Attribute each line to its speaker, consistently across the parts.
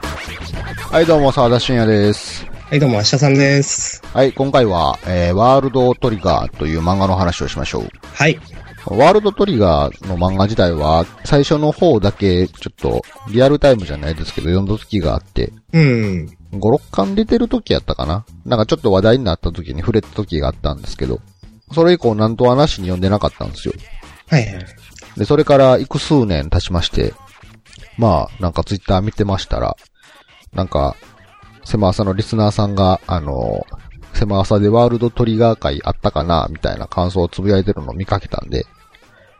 Speaker 1: はい、どうも、沢田信也です。
Speaker 2: はい、どうも、明日さんです。
Speaker 1: はい、今回は、えー、ワールドトリガーという漫画の話をしましょう。
Speaker 2: はい。
Speaker 1: ワールドトリガーの漫画自体は、最初の方だけ、ちょっと、リアルタイムじゃないですけど、読んだ時があって、
Speaker 2: うん。
Speaker 1: 5、6巻出てる時やったかななんかちょっと話題になった時に触れた時があったんですけど、それ以降なんとはなしに読んでなかったんですよ。
Speaker 2: はいはい。
Speaker 1: で、それから幾数年経ちまして、まあ、なんかツイッター見てましたら、なんか、狭さのリスナーさんが、あの、狭さでワールドトリガー会あったかな、みたいな感想をつぶやいてるのを見かけたんで、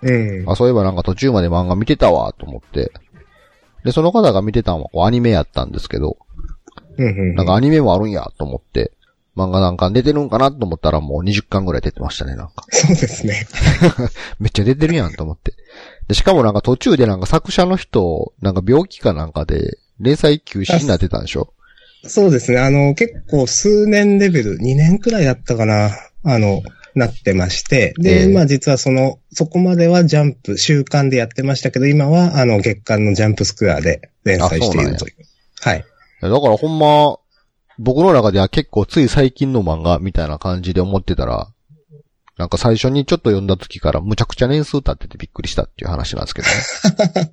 Speaker 2: うん。
Speaker 1: あ、そういえばなんか途中まで漫画見てたわ、と思って。で、その方が見てたのはこうアニメやったんですけど、
Speaker 2: うんうん。
Speaker 1: なんかアニメもあるんや、と思って、漫画なんか出てるんかなと思ったらもう20巻ぐらい出てましたね、なんか。
Speaker 2: そうですね。
Speaker 1: めっちゃ出てるやんと思って。で、しかもなんか途中でなんか作者の人、なんか病気かなんかで、連載休止になってたんでしょ
Speaker 2: そうですね。あの、結構数年レベル、2年くらいだったかな。あの、なってまして。
Speaker 1: え
Speaker 2: で、
Speaker 1: え
Speaker 2: まあ実はその、そこまではジャンプ、週刊でやってましたけど、今はあの、月刊のジャンプスクエアで連載しているという。はい。
Speaker 1: だからほんま、僕の中では結構つい最近の漫画みたいな感じで思ってたら、なんか最初にちょっと読んだ時からむちゃくちゃ年数経っててびっくりしたっていう話なんですけどね。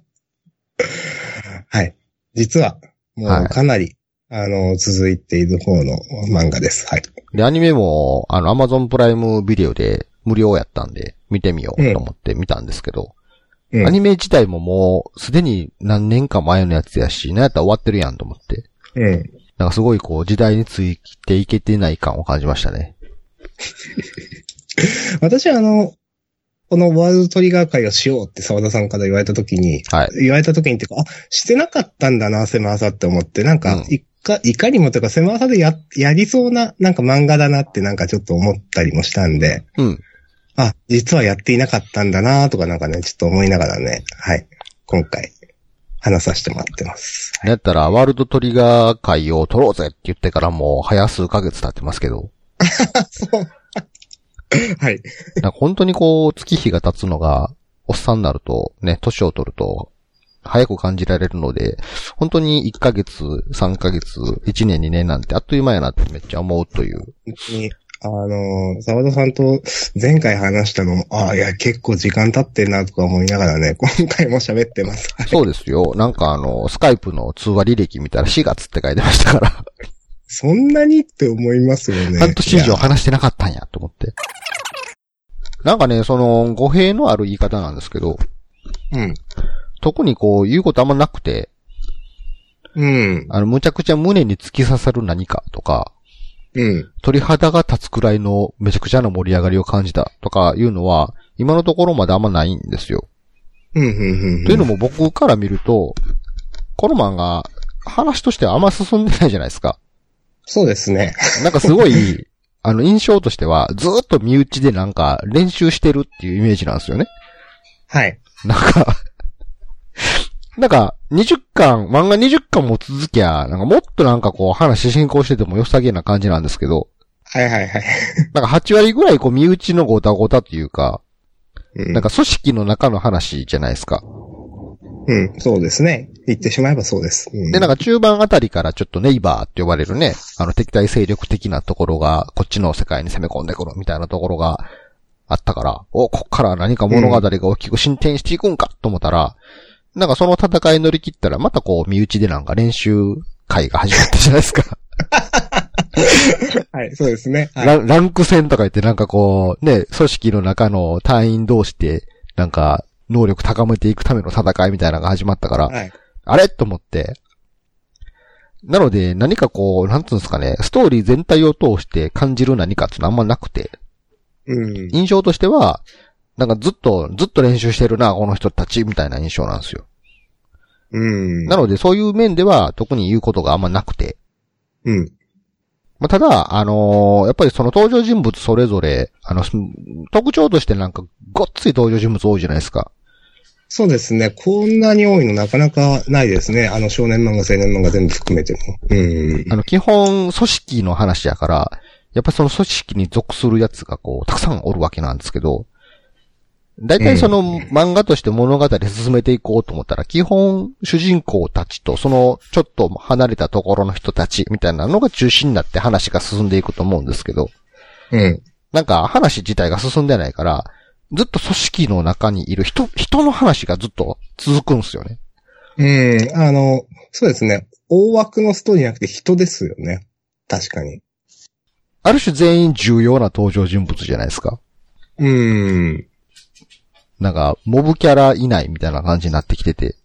Speaker 2: はい。実は、も
Speaker 1: は
Speaker 2: う
Speaker 1: い
Speaker 2: かなり、あの、続いている方の漫画です。はい。
Speaker 1: で、アニメも、あの、アマゾンプライムビデオで無料やったんで、見てみようと思って見たんですけど、
Speaker 2: うん
Speaker 1: アニメ自体ももう、すでに何年か前のやつやし、なんやったら終わってるやんと思って。
Speaker 2: うん。
Speaker 1: なんかすごいこう、時代についていけてない感を感じましたね。
Speaker 2: 私はあの、このワールドトリガー会をしようって沢田さんから言われたときに、
Speaker 1: はい。
Speaker 2: 言われたときにっていうか、あ、してなかったんだな、狭さって思って、なんか、
Speaker 1: うん
Speaker 2: いか、いかにもというか、狭さでや、やりそうな、なんか漫画だなってなんかちょっと思ったりもしたんで、
Speaker 1: うん。
Speaker 2: あ、実はやっていなかったんだなとかなんかね、ちょっと思いながらね、はい、今回、話させてもらっ てます。
Speaker 1: だったら、ワールドトリガー会を取ろうぜって言ってからもう、早数ヶ月経ってますけど、
Speaker 2: あ、そう。はい。
Speaker 1: なんか本当にこう、月日が経つのが、おっさんになると、ね、年を取ると、早く感じられるので、本当に1ヶ月、3ヶ月、1年、2年なんてあっという間やなってめっちゃ思うという。
Speaker 2: 本当に、あの、沢田さんと前回話したのも、ああ、いや、結構時間経ってんなとか思いながらね、今回も喋ってます。
Speaker 1: そうですよ。なんかあの、スカイプの通話履歴見たら4月って書いてましたから、
Speaker 2: そんなにって思いますよね。
Speaker 1: 半年以
Speaker 2: い
Speaker 1: 上
Speaker 2: や
Speaker 1: 話してなかったんや、と思って。なんかね、その、語弊のある言い方なんですけど、
Speaker 2: うん。
Speaker 1: 特にこう、言うことあんまなくて、
Speaker 2: うん。
Speaker 1: あの、むちゃくちゃ胸に突き刺さる何かとか、
Speaker 2: うん。
Speaker 1: 鳥肌が立つくらいのめちゃくちゃな盛り上がりを感じたとかいうのは、今のところまであんまないんですよ。
Speaker 2: うん。うん。うん。
Speaker 1: というのも僕から見ると、この漫画、話としてはあんま進んでないじゃないですか。
Speaker 2: そうですね。
Speaker 1: なんかすご い、あの、印象としては、ずーっと身内でなんか練習してるっていうイメージなんですよね。
Speaker 2: はい。
Speaker 1: なんか、なんか、20巻、漫画20巻も続きゃ、なんかもっとなんかこう話進行してても良さげな感じなんですけ ど、
Speaker 2: はいはいはい。
Speaker 1: なんか8割ぐらいこう身内のごたごたというか、
Speaker 2: うん
Speaker 1: なんか組織の中の話じゃないですか。
Speaker 2: うん。そうですね。言ってしまえばそうです。うん、
Speaker 1: で、なん
Speaker 2: か、
Speaker 1: か中盤あたりからちょっとネイバーって呼ばれるね、あの敵対勢力的なところが、こっちの世界に攻め込んでくるみたいなところがあったから、お、こっから何か物語が大きく進展していくんかと思ったら、なんかその戦い乗り切ったら、またこう身内でなんか練習会が始まったじゃないですか。
Speaker 2: はい、そうですね。はい。
Speaker 1: ランランク戦とか言ってなんかこう、ね、組織の中の隊員同士で、なんか、能力高めていくための戦いみたいなのが始まったから、
Speaker 2: はい。
Speaker 1: あれと思って。なので、何かこう、なんつうんですかね、ストーリー全体を通して感じる何かってのはあんまなくて、
Speaker 2: うん。
Speaker 1: 印象としては、なんかずっと、ずっと練習してるな、この人たち、みたいな印象なんですよ。
Speaker 2: うん。
Speaker 1: なので、そういう面では、特に言うことがあんまなくて。
Speaker 2: うん。
Speaker 1: まあ、ただ、あのーやっぱりその登場人物それぞれ、あの、す特徴としてなんか、ごっつい登場人物多いじゃないですか。
Speaker 2: そうですね。こんなに多いのなかなかないですね。あの少年漫画、青年漫画全部含めても。うん。
Speaker 1: あの、基本、組織の話やから、やっぱその組織に属するやつがこう、たくさんおるわけなんですけど、大体その漫画として物語進めていこうと思ったら、基本主人公たちとそのちょっと離れたところの人たちみたいなのが中心になって話が進んでいくと思うんですけど、
Speaker 2: うん。
Speaker 1: なんか話自体が進んでないから、ずっと組織の中にいる人、人の話がずっと続くんですよね。
Speaker 2: うん。あの、そうですね。大枠のストーリーじゃなくて人ですよね。確かに。
Speaker 1: ある種全員重要な登場人物じゃないですか。
Speaker 2: うん。
Speaker 1: なんか、モブキャラいないみたいな感じになってきてて。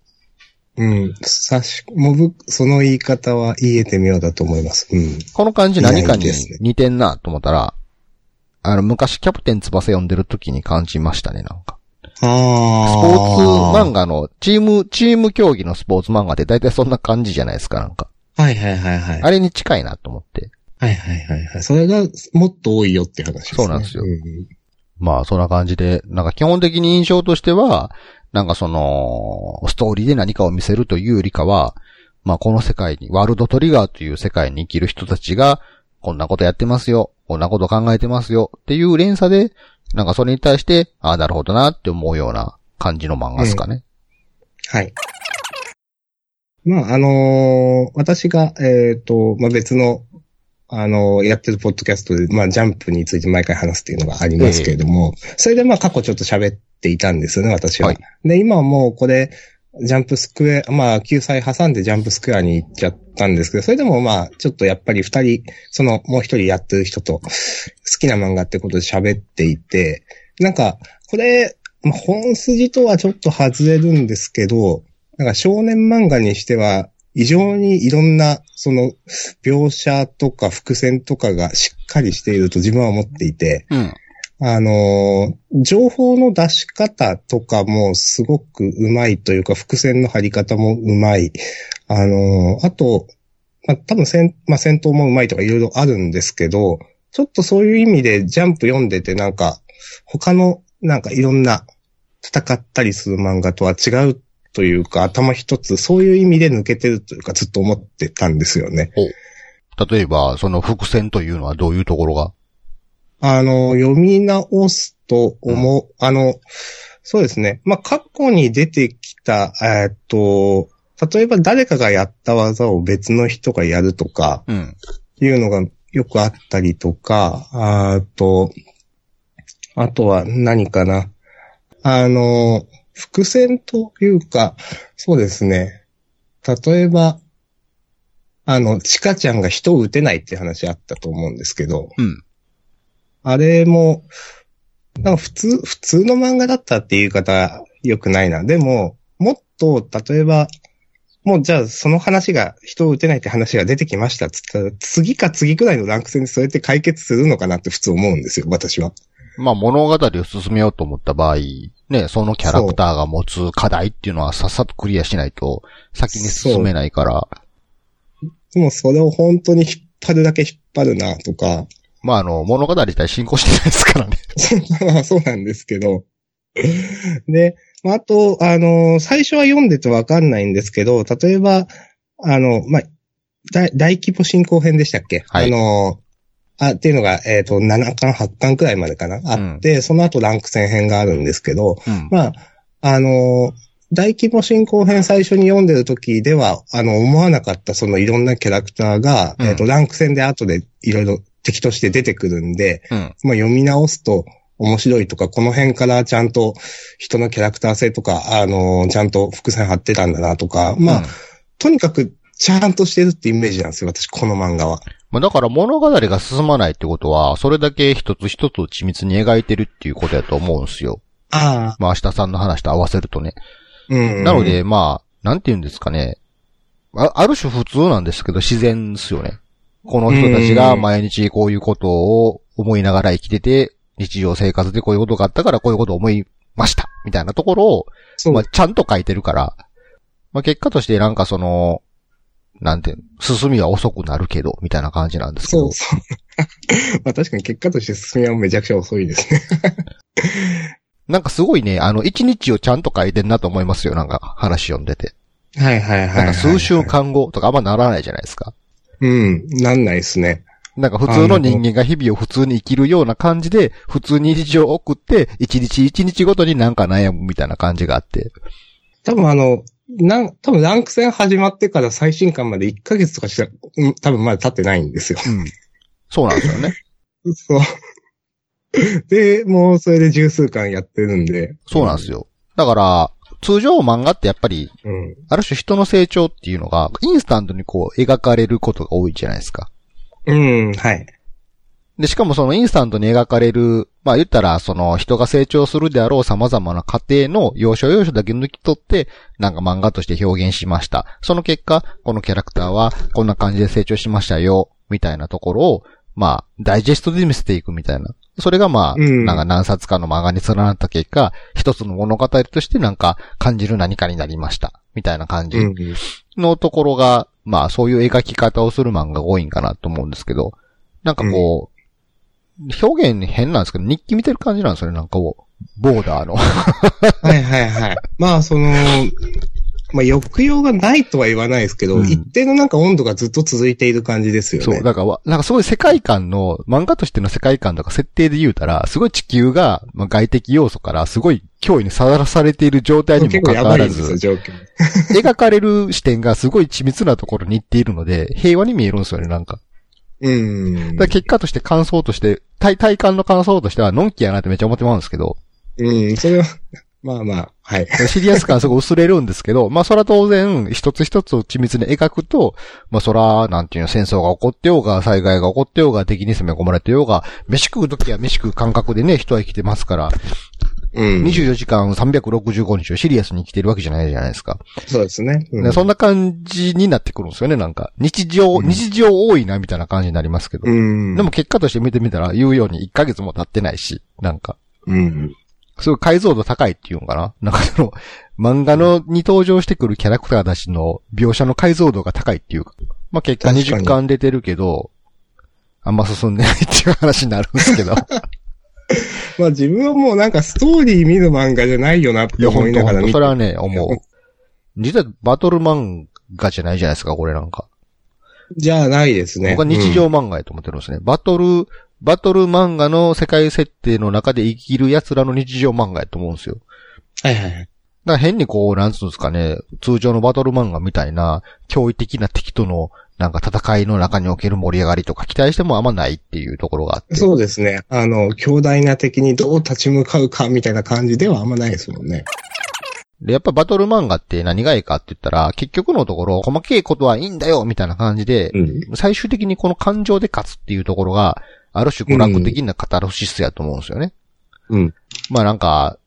Speaker 2: うん。さし、もぶ、その言い方は言えてみようだと思います。うん。
Speaker 1: この感じ何か
Speaker 2: いない
Speaker 1: に
Speaker 2: ですね
Speaker 1: 似てんなと思ったら、あの、昔キャプテン翼読んでる時に感じましたね、なんか。スポーツ漫
Speaker 2: あ
Speaker 1: 画の、チーム、チーム競技のスポーツ漫画って大体そんな感じじゃないですか、なんか。
Speaker 2: 画。はいはいはいはい。
Speaker 1: あれに近いなと思って。
Speaker 2: はいはいはいはい。それがもっと多いよっていう話です
Speaker 1: そ
Speaker 2: ね。
Speaker 1: うなんですよ
Speaker 2: ん
Speaker 1: まあ、そんな感じで、なんか基本的に印象としては、なんかその、ストーリーで何かを見せるというよりかは、まあこの世界に、ワールドトリガーという世界に生きる人たちが、こんなことやってますよ、こんなこと考えてますよ、っていう連鎖で、なんかそれに対して、ああ、なるほどなって思うような感じの漫画ですかね。
Speaker 2: はい。まあ、あのー私が、えっ、と、まあ、別の、あのーやってるポッドキャストで、まあ、ジャンプについて毎回話すっていうのがありますけれども、それでまあ、過去ちょっと喋っていたんですよね、私は。
Speaker 1: はい
Speaker 2: で、今はもうこれ、ジャンプスクエア、まあ、救済挟んでジャンプスクエアに行っちゃったんですけど、それでもまあ、ちょっとやっぱり二人、その、もう一人やってる人と、好きな漫画ってことで喋っていて、なんか、これ、まあ、本筋とはちょっと外れるんですけど、なんか少年漫画にしては、異常にいろんな、その、描写とか伏線とかがしっかりしていると自分は思っていて、
Speaker 1: うん。
Speaker 2: あのー情報の出し方とかもすごくうまいというか、伏線の張り方もうまい。あのーあと、まあ、多分戦、まあ、戦闘もうまいとかいろいろあるんですけど、ちょっとそういう意味でジャンプ読んでてなんか、他のなんかいろんな戦ったりする漫画とは違うというか、頭一つそういう意味で抜けてるというかずっと思ってたんですよね。
Speaker 1: 例えば、その伏線というのはどういうところが
Speaker 2: あの、読み直すと思う、あの、そうですね。まあ、過去に出てきた、えーっと、例えば誰かがやった技を別の人がやるとか、
Speaker 1: うん。
Speaker 2: いうのがよくあったりとか、あと、あとは何かな。あの、伏線というか、そうですね。例えば、あの、チカちゃんが人を撃てないっていう話あったと思うんですけど、
Speaker 1: うん。
Speaker 2: あれも、なんか普通、普通の漫画だったっていう言い方良くないな。でも、もっと、例えば、もうじゃあその話が、人を打てないって話が出てきましたっつったら、次か次くらいのランク戦でそれって解決するのかなって普通思うんですよ、私は。
Speaker 1: まあ物語を進めようと思った場合、ね、そのキャラクターが持つ課題っていうのはさっさとクリアしないと先に進めないから、
Speaker 2: でもそれを本当に引っ張るだけ引っ張るなとか、
Speaker 1: まああの、物語自体進行してないですからね。
Speaker 2: まあ そうなんですけど。で、まあ、あと、あの最初は読んでてわかんないんですけど、例えば、あの、まあ、大大規模進行編でしたっけ、
Speaker 1: はい
Speaker 2: あのあ、っていうのが、えっ、と、7巻、8巻くらいまでかなあって、その後ランク戦編があるんですけど、
Speaker 1: うん。
Speaker 2: まあ、あの大規模進行編最初に読んでる時では、あの、思わなかったそのいろんなキャラクターが、
Speaker 1: うん
Speaker 2: えっ、と、ランク戦で後でいろいろ敵として出てくるんで、
Speaker 1: うん。
Speaker 2: まあ、読み直すと面白いとか、この辺からちゃんと人のキャラクター性とか、あのーちゃんと伏線張ってたんだなとか、
Speaker 1: う
Speaker 2: まあ、
Speaker 1: ん
Speaker 2: とにかくちゃんとしてるってイメージなんですよ、私、この漫画は。
Speaker 1: まあだから物語が進まないってことは、それだけ一つ一つ緻密に描いてるっていうことやと思うんですよ。
Speaker 2: ああ。
Speaker 1: まあ明日さんの話と合わせるとね。
Speaker 2: うん。
Speaker 1: なの、で、まあ、なんて言うんですかね。あある種普通なんですけど、自然ですよね。この人たちが毎日こういうことを思いながら生きてて、日常生活でこういうことがあったからこういうことを思いました。みたいなところを、
Speaker 2: そう、
Speaker 1: まあ、ちゃんと書いてるから、まあ、結果としてなんかその、なんて、進みは遅くなるけど、みたいな感じなんですけ
Speaker 2: そ
Speaker 1: ど
Speaker 2: う、。そう。 まあ、確かに結果として進みはめちゃくちゃ遅いですね。
Speaker 1: なんかすごいね、あの、一日をちゃんと書いてんなと思いますよ、なんか話読んでて。
Speaker 2: はいはいはい、
Speaker 1: なんか数週間後とかあんまならないじゃないですか。
Speaker 2: うん。なんないですね。
Speaker 1: なんか普通の人間が日々を普通に生きるような感じで、普通に日常を送って、一日一日ごとになんか悩むみたいな感じがあって。
Speaker 2: 多分あの、なん、多分ランク戦始まってから最新刊まで1ヶ月とかしか、うん多分まだ経ってないんですよ。
Speaker 1: うん。そうなんですよね。
Speaker 2: そう。 で、もうそれで十数巻やってるんで。
Speaker 1: そうなんですよ。だから、通常漫画ってやっぱり、
Speaker 2: うん。
Speaker 1: ある種人の成長っていうのが、インスタントにこう、描かれることが多いじゃないですか。
Speaker 2: うん、はい。
Speaker 1: で、しかもそのインスタントに描かれる、まあ言ったら、その人が成長するであろう様々な過程の要所要所だけ抜き取って、なんか漫画として表現しました。その結果、このキャラクターはこんな感じで成長しましたよ、みたいなところを、まあ、ダイジェストで見せていくみたいな。それがまあ、
Speaker 2: うん
Speaker 1: なんか何冊かの漫画に連なった結果、一つの物語としてなんか感じる何かになりました。みたいな感じ。
Speaker 2: うん。
Speaker 1: のところが、まあそういう描き方をする漫画が多いんかなと思うんですけど、なんかこう、表現変なんですけど、日記見てる感じなんですよね、なんかこう、ボーダーの。
Speaker 2: はいはいはい。まあその、まあ抑揚がないとは言わないですけど、
Speaker 1: うん
Speaker 2: 一定のなんか温度がずっと続いている感じですよね。
Speaker 1: そう、だからわ、なんかすごい世界観の、漫画としての世界観とか設定で言うたら、すごい地球が、まあ、外的要素からすごい脅威にさらされている状態に
Speaker 2: 結
Speaker 1: も
Speaker 2: 構
Speaker 1: か
Speaker 2: や
Speaker 1: か
Speaker 2: ば
Speaker 1: わ
Speaker 2: いん
Speaker 1: ら
Speaker 2: で
Speaker 1: ず、
Speaker 2: すよ、状況。
Speaker 1: 描かれる視点がすごい緻密なところに行っているので、平和に見えるんですよね、なんか。
Speaker 2: うん
Speaker 1: だから。結果として感想として、体、体感の感想としては、のんきやなってめっちゃ思ってまうんですけど、
Speaker 2: うん、それは、まあまあ、はい。
Speaker 1: シリアス感すごい薄れるんですけど、まあそら当然、一つ一つを緻密に描くと、まあそら、なんていうの、戦争が起こってようが、災害が起こってようが、敵に攻め込まれてようが、飯食う時は飯食う感覚でね、人は生きてますから、
Speaker 2: うん。
Speaker 1: 24時間365日をシリアスに生きてるわけじゃないじゃないですか。
Speaker 2: そうですね。うん
Speaker 1: ねそんな感じになってくるんですよね、なんか。日常、
Speaker 2: うん
Speaker 1: 日常多いな、みたいな感じになりますけど。
Speaker 2: うん。
Speaker 1: でも、結果として見てみたら、言うように1ヶ月も経ってないし、なんか。
Speaker 2: うん。
Speaker 1: すごい解像度高いっていうのかななんかその、漫画の、に登場してくるキャラクターたちの描写の解像度が高いっていうか。まあ、結果
Speaker 2: 確かに
Speaker 1: 20巻出てるけど、あんま進んでないっていう話になるんですけ ど。い
Speaker 2: まあ自分はもうなんかストーリー見る漫画じゃないよなって
Speaker 1: や、ほ
Speaker 2: 思い
Speaker 1: んと
Speaker 2: ながら
Speaker 1: ほん
Speaker 2: 見
Speaker 1: と、
Speaker 2: て
Speaker 1: それはね、思う。実はバトル漫画じゃないじゃないですか、これなんか。
Speaker 2: じゃあないですね。
Speaker 1: 僕は日常漫画やと思ってるんですね。バトル、バトル漫画の世界設定の中で生きる奴らの日常漫画やと思うんですよ。
Speaker 2: はいはいはい。
Speaker 1: だから変にこう、なんつうんですかね、通常のバトル漫画みたいな、驚異的な敵との、なんか戦いの中における盛り上がりとか期待してもあんまないっていうところがあって。
Speaker 2: そうですね。あの、強大な敵にどう立ち向かうかみたいな感じではあんまないですもんね。
Speaker 1: で、やっぱバトル漫画って何がいいかって言ったら、結局のところ、細けいことはいいんだよみたいな感じで、
Speaker 2: うん。
Speaker 1: 最終的にこの感情で勝つっていうところが、ある種娯楽的なカタルシスやと思うんですよね。
Speaker 2: うん。
Speaker 1: まあなんか、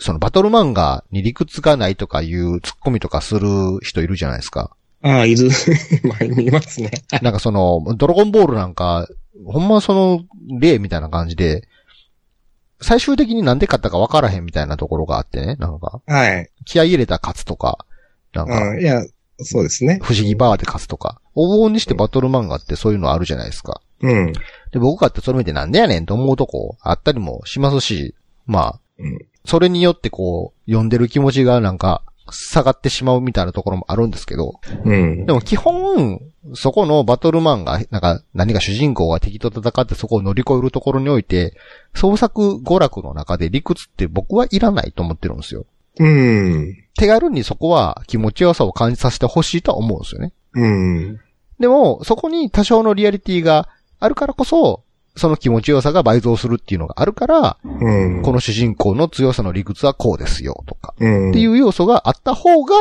Speaker 1: そのバトル漫画に理屈がないとかいうツッコミとかする人いるじゃないですか。
Speaker 2: ああ、いる。 まあ、見ますね。
Speaker 1: なんかその、ドラゴンボールなんか、ほんまその、例みたいな感じで、最終的になんで勝ったか分からへんみたいなところがあってね、なんか、
Speaker 2: はい。
Speaker 1: 気合い入れたら勝つとか、なんか、
Speaker 2: うん。いや、そうですね。
Speaker 1: 不思議バーで勝つとか、往々にしてバトル漫画ってそういうのあるじゃないですか。
Speaker 2: うん。
Speaker 1: で、僕かってそれ見てなんでやねんと思うとこあったりもしますし、まあ、
Speaker 2: うん
Speaker 1: それによってこう、読んでる気持ちがなんか、下がってしまうみたいなところもあるんですけど、
Speaker 2: うん
Speaker 1: で。も基本、そこのバトルマンが、なんか、何か主人公が敵と戦ってそこを乗り越えるところにおいて、創作娯楽の中で理屈って僕はいらないと思ってるんですよ。
Speaker 2: うん。
Speaker 1: 手軽にそこは気持ちよさを感じさせてほしいとは思うんですよね。
Speaker 2: うん。
Speaker 1: でも、そこに多少のリアリティがあるからこそ、その気持ちよさが倍増するっていうのがあるから、
Speaker 2: うん。
Speaker 1: この主人公の強さの理屈はこうですよ、とか。
Speaker 2: うん。。
Speaker 1: っていうう要素があった方が、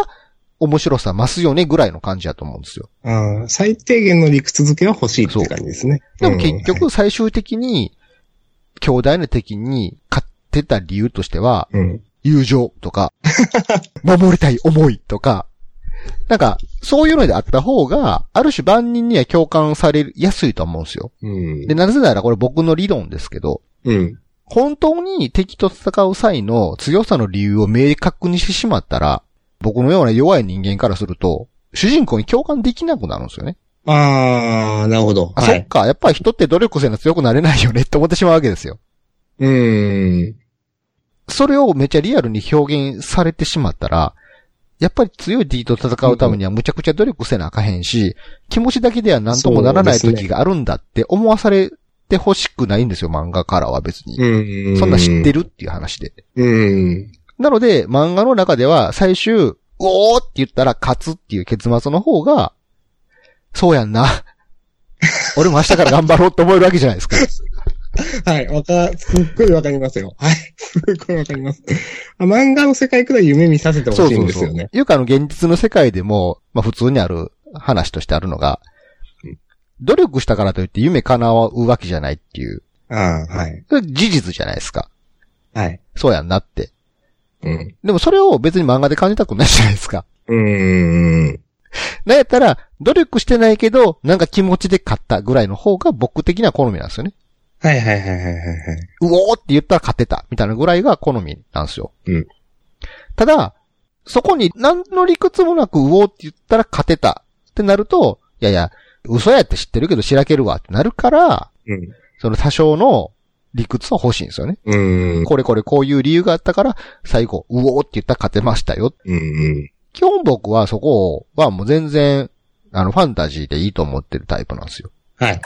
Speaker 1: 面白さ増すよね、ぐらいの感じだと思うんですよ。
Speaker 2: ああ、最低限の理屈付けは欲しいって感じですね。
Speaker 1: でも
Speaker 2: うん
Speaker 1: 結、局最終的に、強大な敵に勝ってた理由としては、
Speaker 2: うん。
Speaker 1: 友情とか、 守りたい思いとか、なんか、そういうのであった方が、ある種万人には共感されやすいと思うんですよ。
Speaker 2: うん
Speaker 1: で、。なぜならこれ僕の理論ですけど、
Speaker 2: うん。
Speaker 1: 本当に敵と戦う際の強さの理由を明確にしてしまったら、僕のような弱い人間からすると、主人公に共感できなくなるんですよね。
Speaker 2: ああ、なるほど。
Speaker 1: あ、
Speaker 2: は
Speaker 1: そっ
Speaker 2: い。
Speaker 1: か、やっぱり人って努力せな強くなれないよねって思ってしまうわけですよ。
Speaker 2: うん。
Speaker 1: それをめっちゃリアルに表現されてしまったら、やっぱり強い敵と戦うためにはむちゃくちゃ努力せなあかへんし、気持ちだけでは何ともならない
Speaker 2: そうです
Speaker 1: 時
Speaker 2: ね
Speaker 1: があるんだって思わされてほしくないんですよ、漫画からは別に。
Speaker 2: うん。
Speaker 1: そんなん知って
Speaker 2: る。
Speaker 1: るっていう話で。
Speaker 2: うん。
Speaker 1: なので、漫画の中では最終、うおーって言ったら勝つっていう結末の方が、そうやんな。 俺も明日から頑張ろうって思えるわけじゃないですか。
Speaker 2: はい、わか、すっごいわかりますよ。はい、すっごいわかります。あ漫画の世界くらい夢見させてほしいんですよね。
Speaker 1: いうか、あの、現実の世界でも、まあ普通にある話としてあるのが、努力したからといって夢叶うわけじゃないっていう、
Speaker 2: ああ、はい。
Speaker 1: それ事実じゃないですか。
Speaker 2: はい。
Speaker 1: そうやんなって。
Speaker 2: うん。
Speaker 1: でもそれを別に漫画で感じたくないじゃないですか。
Speaker 2: うーん。
Speaker 1: なんやったら、努力してないけど、なんか気持ちで勝ったぐらいの方が僕的には好みなんですよね。
Speaker 2: はいはいはいはいはいはい。
Speaker 1: うおーって言ったら勝てた、みたいなぐらいが好みなんですよ。
Speaker 2: うん
Speaker 1: ただ、そこに何の理屈もなくうおーって言ったら勝てたってなると、いやいや、嘘やって知ってるけどしらけるわってなるから、
Speaker 2: うん。
Speaker 1: その多少の理屈は欲しいんですよね。
Speaker 2: うん。
Speaker 1: これこれこういう理由があったから、最後、うおーって言ったら勝てましたよ。
Speaker 2: うん。
Speaker 1: 基本僕はそこはもう全然、あの、ファンタジーでいいと思ってるタイプなんですよ。
Speaker 2: はい。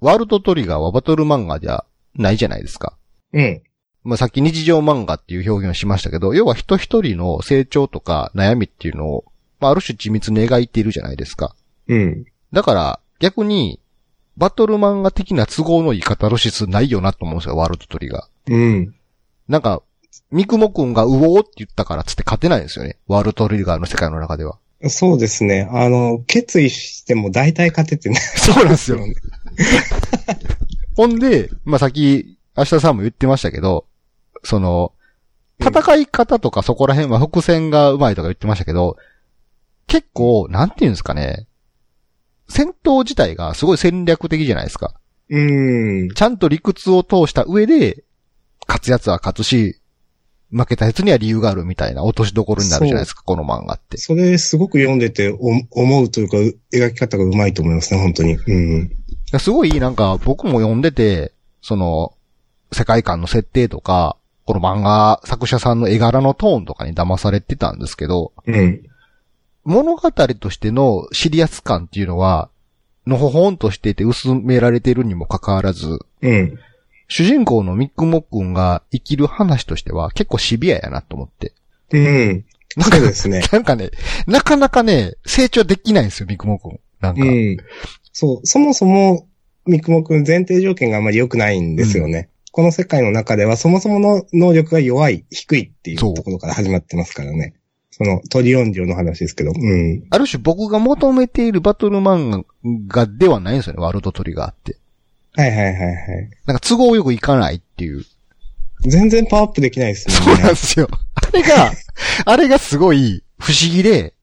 Speaker 1: ワールドトリガーはバトル漫画じゃないじゃないですか。
Speaker 2: うん。
Speaker 1: まあ、さっき日常漫画っていう表現をしましたけど、要は人一人の成長とか悩みっていうのを、まあ、ある種緻密に描いているじゃないですか。
Speaker 2: うん。
Speaker 1: だから、逆に、バトル漫画的な都合のいいカタロシスないよなと思うんですよ、ワールドトリガー。
Speaker 2: うん。
Speaker 1: なんか、三雲くんがうおーって言ったからっつって勝てないんですよね。ワールドトリガーの世界の中では。
Speaker 2: そうですね。あの、決意しても大体勝ててない
Speaker 1: そうなんです
Speaker 2: よ
Speaker 1: よ。
Speaker 2: ね。
Speaker 1: ほんで、まあ、さっき、明日さんも言ってましたけど、その、戦い方とかそこら辺は伏線がうまいとか言ってましたけど、結構、なんていうんですかね、戦闘自体がすごい戦略的じゃないですか。
Speaker 2: うん。
Speaker 1: ちゃんと理屈を通した上で、勝つやつは勝つし、負けたやつには理由があるみたいな落としどころになるじゃないですか、この漫画って。
Speaker 2: それすごく読んでてお思うというか、う描き方がうまいと思いますね、本当に。うん。
Speaker 1: いやすごい、なんか、僕も読んでて、その、世界観の設定とか、この漫画作者さんの絵柄のトーンとかに騙されてたんですけど、
Speaker 2: うん。
Speaker 1: 物語としてのシリアス感っていうのは、のほほんとしていて薄められているにもかかわらず、
Speaker 2: うん。
Speaker 1: 主人公のミックモックンが生きる話としては結構シビアやなと思って。
Speaker 2: うん。そうですね。
Speaker 1: なんかね、なかなかね、成長できないんですよ、ミックモックン。なんか。
Speaker 2: うん。そう、そもそも、三雲くん前提条件があまり良くないんですよね。この世界の中ではそもそもの能力が弱い、低いっていう
Speaker 1: そう
Speaker 2: ところから始まってますからね。そのトリオン量の話ですけど。うん。
Speaker 1: ある種僕が求めているバトル漫画ではないんですよね、ワールドトリガーって。
Speaker 2: はいはいはいはい。
Speaker 1: なんか都合よくいかないっていう。
Speaker 2: 全然パワーアップできないですね。
Speaker 1: そうなんですよ。あれが、 あれがすごい不思議で、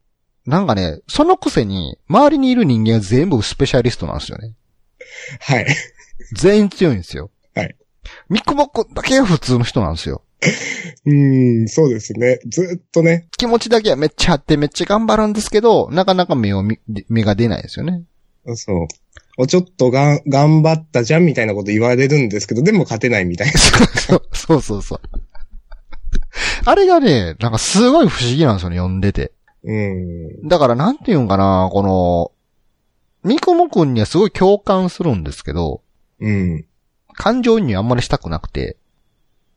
Speaker 1: なんかね、そのくせに、周りにいる人間は全部スペシャリストなんですよね。
Speaker 2: はい。
Speaker 1: 全員強いんですよ。
Speaker 2: はい。
Speaker 1: ミクモクだけは普通の人なんですよ。
Speaker 2: うん、そうですね。ずっとね。
Speaker 1: 気持ちだけはめっちゃあってめっちゃ頑張るんですけど、なかなか目を見、目が出ないですよね。
Speaker 2: そう。おちょっとがん、頑張ったじゃんみたいなこと言われるんですけど、でも勝てないみたいな。
Speaker 1: そうそうそうそう。あれがね、なんかすごい不思議なんですよね、読んでて。
Speaker 2: うん。
Speaker 1: だからなんていうんかな、この、ミクモくんにはすごい共感するんですけど、
Speaker 2: うん。
Speaker 1: 感情移入あんまりしたくなくて、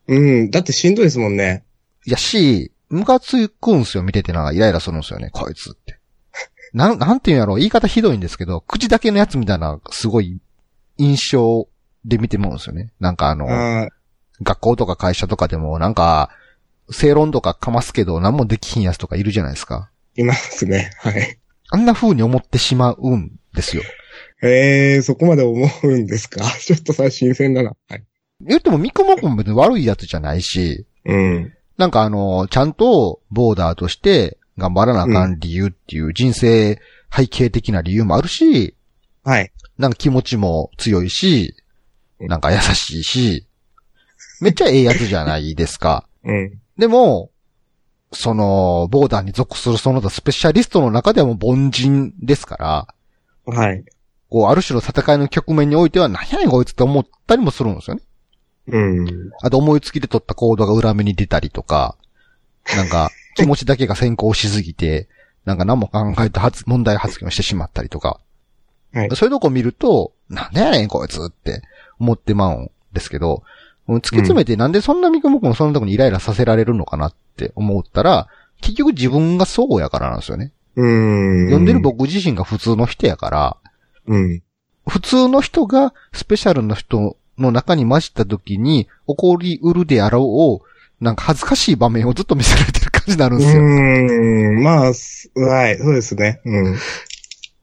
Speaker 2: うん。だってしんどいですもんね。
Speaker 1: いやし、ムカつくんすよ、見ててなんかイライラするんですよね、こいつって。なん、なんていうんやろう、言い方ひどいんですけど、口だけのやつみたいな、すごい、印象で見てもらうんですよね。なんかあの、
Speaker 2: ああ、
Speaker 1: 学校とか会社とかでも、なんか、正論とかかますけど、何もできひんやつとかいるじゃないですか。
Speaker 2: いますね。はい。
Speaker 1: あんな風に思ってしまうんですよ。
Speaker 2: ええー、そこまで思うんですか ちょっとさ、新鮮だな。はい。
Speaker 1: 言っても、ミクモコも別に悪いやつじゃないし、
Speaker 2: うん。
Speaker 1: なんかあの、ちゃんとボーダーとして頑張らなあかん理由っていう人生背景的な理由もあるし、
Speaker 2: はい。
Speaker 1: なんか気持ちも強いし、
Speaker 2: うん
Speaker 1: なんか優しいし、めっちゃええやつじゃないですか。
Speaker 2: うん。
Speaker 1: でも、その、ボーダーに属するその他スペシャリストの中ではもう凡人ですから、
Speaker 2: はい。
Speaker 1: こう、ある種の戦いの局面においては、何やねんこいつって思ったりもするんですよね
Speaker 2: うん。
Speaker 1: あと思いつきで取った行動が裏目に出たりとか、なんか、気持ちだけが先行しすぎて、なんか何も考えた発問題発言をしてしまったりとか、
Speaker 2: はい
Speaker 1: そういうとこ見ると、なんでやねんこいつって思ってまうんですけど、もう突き詰めてなんでそんな三雲君をそんなとこにイライラさせられるのかなって思ったら、結局自分がそうやからなんですよね。
Speaker 2: うん。
Speaker 1: 読んでる。僕自身が普通の人やから、
Speaker 2: うん。
Speaker 1: 普通の人がスペシャルな人の中に混じった時に起こりうるであろう、なんか恥ずかしい場面をずっと見せられてる感じになるん
Speaker 2: う
Speaker 1: ですよ。
Speaker 2: ん。まあ、すはい、そうですね。うん。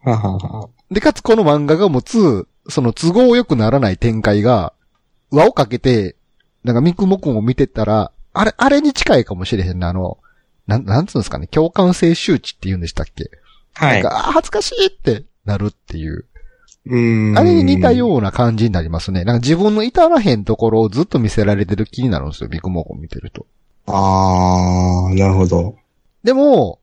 Speaker 2: ははは。
Speaker 1: で、かつこの漫画が持つ、その都合良くならない展開が、輪をかけて、なんかミクモくんを見てたら、あれ、あれに近いかもしれへんな、あの、なん、なんつうんですかね、共感性周知って言うんでしたっけ
Speaker 2: はい
Speaker 1: なん。か、あー恥ずかしいってなるっていう。
Speaker 2: うん。
Speaker 1: あれに似たような感じになりますね。なんか自分の至らへんところをずっと見せられてる気になるんですよ、ビッグモーコン見てると。
Speaker 2: ああ、なるほど。
Speaker 1: でも、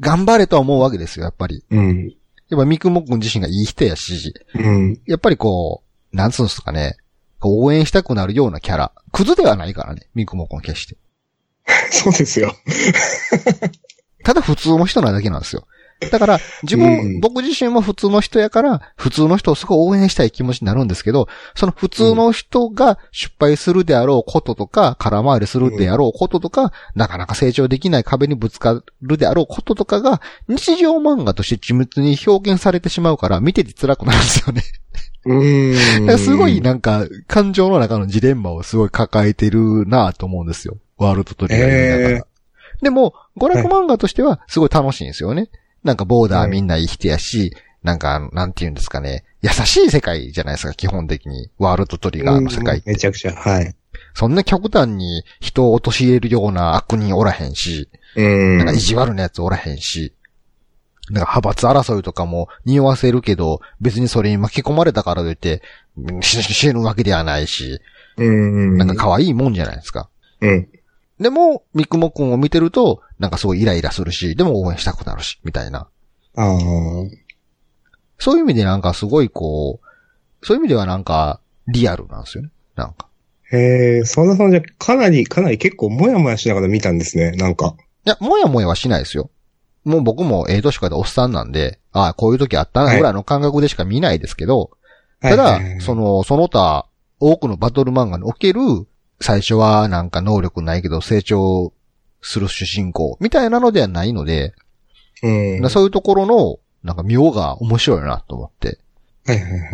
Speaker 1: 頑張れとは思うわけですよ、やっぱり。
Speaker 2: うん。
Speaker 1: やっぱミクモ君自身がいい人やし、
Speaker 2: うん。
Speaker 1: やっぱりこう、なんつうんですかね、こう応援したくなるようなキャラ。クズではないからね、ミクモ君決して。
Speaker 2: そうですよ。
Speaker 1: ただ普通の人なだけなんですよ。だから、自分、
Speaker 2: うん
Speaker 1: 僕自身も普通の人やから、普通の人をすごい応援したい気持ちになるんですけど、その普通の人が失敗するであろうこととか、空回りするであろうこととか、なかなか成長できない壁にぶつかるであろうこととかが、日常漫画として緻密に表現されてしまうから、見てて辛くなるんですよね。だか
Speaker 2: う
Speaker 1: ら
Speaker 2: ん。
Speaker 1: すごいなんか、感情の中のジレンマをすごい抱えてるなぁと思うんですよ。ワールドトリガー読みながら
Speaker 2: え
Speaker 1: でも、娯楽漫画としてはすごい楽しいんですよね。なんかボーダーみんないい人やし、なんか、なんて言うんですかね。優しい世界じゃないですか、基本的に。ワールドトリガーの世界っ
Speaker 2: うんめ
Speaker 1: て。
Speaker 2: ちゃくちゃ、はい。
Speaker 1: そんな極端に人を陥れるような悪人おらへんし、
Speaker 2: うん。
Speaker 1: なんか意地悪なやつおらへんし、なんか派閥争いとかも匂わせるけど、別にそれに巻き込まれたからといって、うん死死ぬわけではないし、
Speaker 2: うん。
Speaker 1: なんか可愛いもんじゃないですか。
Speaker 2: うん。
Speaker 1: でも、三雲くんを見てると、なんかすごいイライラするし、でも応援したくなるし、みたいな。
Speaker 2: ああ。
Speaker 1: そういう意味でなんかすごいこう、そういう意味ではなんか、リアルなんですよね。なんか。
Speaker 2: へえ、そんなさんじゃ、かなり、かなり結構もやもやしながら見たんですね、なんか。
Speaker 1: いや、もやもやはしないですよ。もう僕もええ年かでおっさんなんで、ああ、こういう時あったな、ぐらいの感覚でしか見ないですけど、た
Speaker 2: は
Speaker 1: だ
Speaker 2: いはいは、い
Speaker 1: その、その他、多くのバトル漫画における、最初はなんか能力ないけど成長する主人公、みたいなのではないので、
Speaker 2: うん。
Speaker 1: そういうところの、なんか妙が面白いなと思って。
Speaker 2: はいはいはいはい。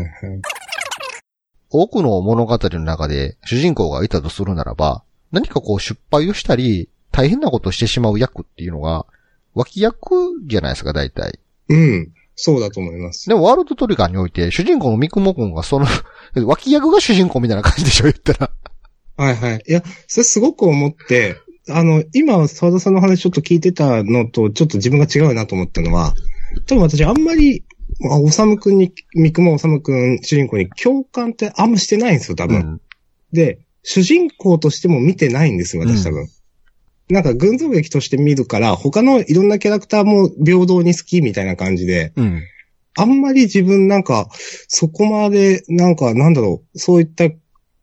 Speaker 1: 多くの物語の中で主人公がいたとするならば、何かこう失敗をしたり、大変なことをしてしまう役っていうのが、脇役じゃないですか、大体。
Speaker 2: うん。そうだと思います。
Speaker 1: でも、ワールドトリガーにおいて、主人公のミクモ君がその、 脇役が主人公みたいな感じでしょ、言ったら。
Speaker 2: はいはい。いや、それすごく思って、あの、今、沢田さんの話ちょっと聞いてたのと、ちょっと自分が違うなと思ったのは、多分私あんまり、あ、おさむくんに、三雲おさむくん、主人公に共感ってあんましてないんですよ、多分。
Speaker 1: うん。
Speaker 2: で、主人公としても見てないんですよ、私多分。なんか群像劇として見るから、他のいろんなキャラクターも平等に好きみたいな感じで、
Speaker 1: うん。
Speaker 2: あんまり自分なんか、そこまで、なんか、なんだろう、そういった、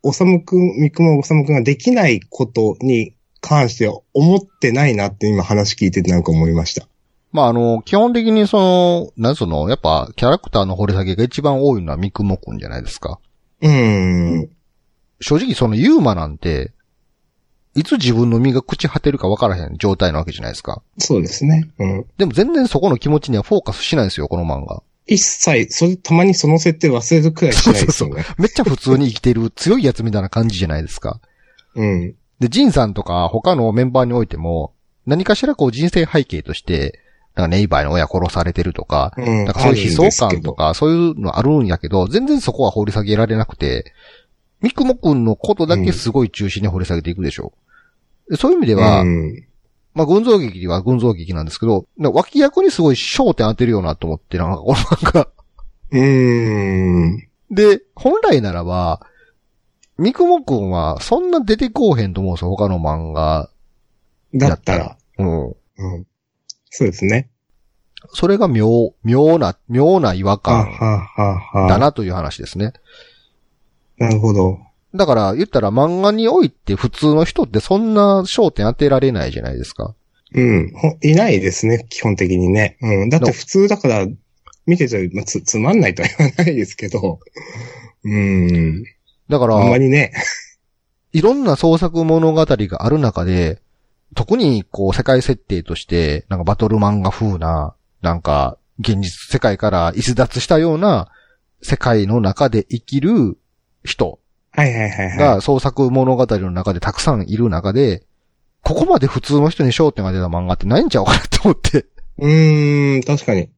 Speaker 2: おさむくん、三雲おさむくんができないことに関して思ってないなって今話聞いててなんか思いました。
Speaker 1: まあ、あの、基本的にその、なんその、やっぱ、キャラクターの掘り下げが一番多いのはミクモ君じゃないですか。
Speaker 2: うーん。
Speaker 1: 正直そのユーマなんて、いつ自分の身が朽ち果てるか分からへん状態なわけじゃないですか。
Speaker 2: そうですね。うん。
Speaker 1: でも全然そこの気持ちにはフォーカスしないんですよ、この漫画。
Speaker 2: 一切、それ、たまにその設定忘れるくらいしないですよね。
Speaker 1: めっちゃ普通に生きてる強いやつみたいな感じじゃないですか。
Speaker 2: うん。
Speaker 1: で、ジンさんとか他のメンバーにおいても、何かしらこう人生背景として、なんかネイバーの親殺されてるとか、
Speaker 2: うん。
Speaker 1: なんかそういう悲壮感と
Speaker 2: か。
Speaker 1: か、そういうのあるんやけど、全然そこは掘り下げられなくて、ミクモ君のことだけすごい中心に掘り下げていくでしょ。でそういう意味では、
Speaker 2: うん。
Speaker 1: まあ、群像劇は群像劇なんですけど、なんか脇役にすごい焦点当てるよなと思って、なんかこの漫画。
Speaker 2: うーん。
Speaker 1: で、本来ならば、三雲くんはそんな出てこうへんと思うんですよ、他の漫画。
Speaker 2: だったら。
Speaker 1: うん。
Speaker 2: うん。そうですね。
Speaker 1: それが妙、妙な、妙な違和
Speaker 2: は
Speaker 1: 感
Speaker 2: ははは
Speaker 1: だなという話ですね。
Speaker 2: なるほど。
Speaker 1: だから、言ったら漫画において普通の人ってそんな焦点当てられないじゃないですか。
Speaker 2: うん。ほいないですね、基本的にね。うん。だって普通だから、見てて、まあ、つ、つまんないとは言わないですけど、 うん。
Speaker 1: だから、
Speaker 2: あんまりね、
Speaker 1: いろんな創作物語がある中で、特にこう世界設定として、なんかバトル漫画風な、なんか現実世界から逸脱したような世界の中で生きる人
Speaker 2: はいはいはいはい。
Speaker 1: が創作物語の中でたくさんいる中で、ここまで普通の人に焦点が出た漫画ってないんちゃうかなと思って。
Speaker 2: うーん、確かに。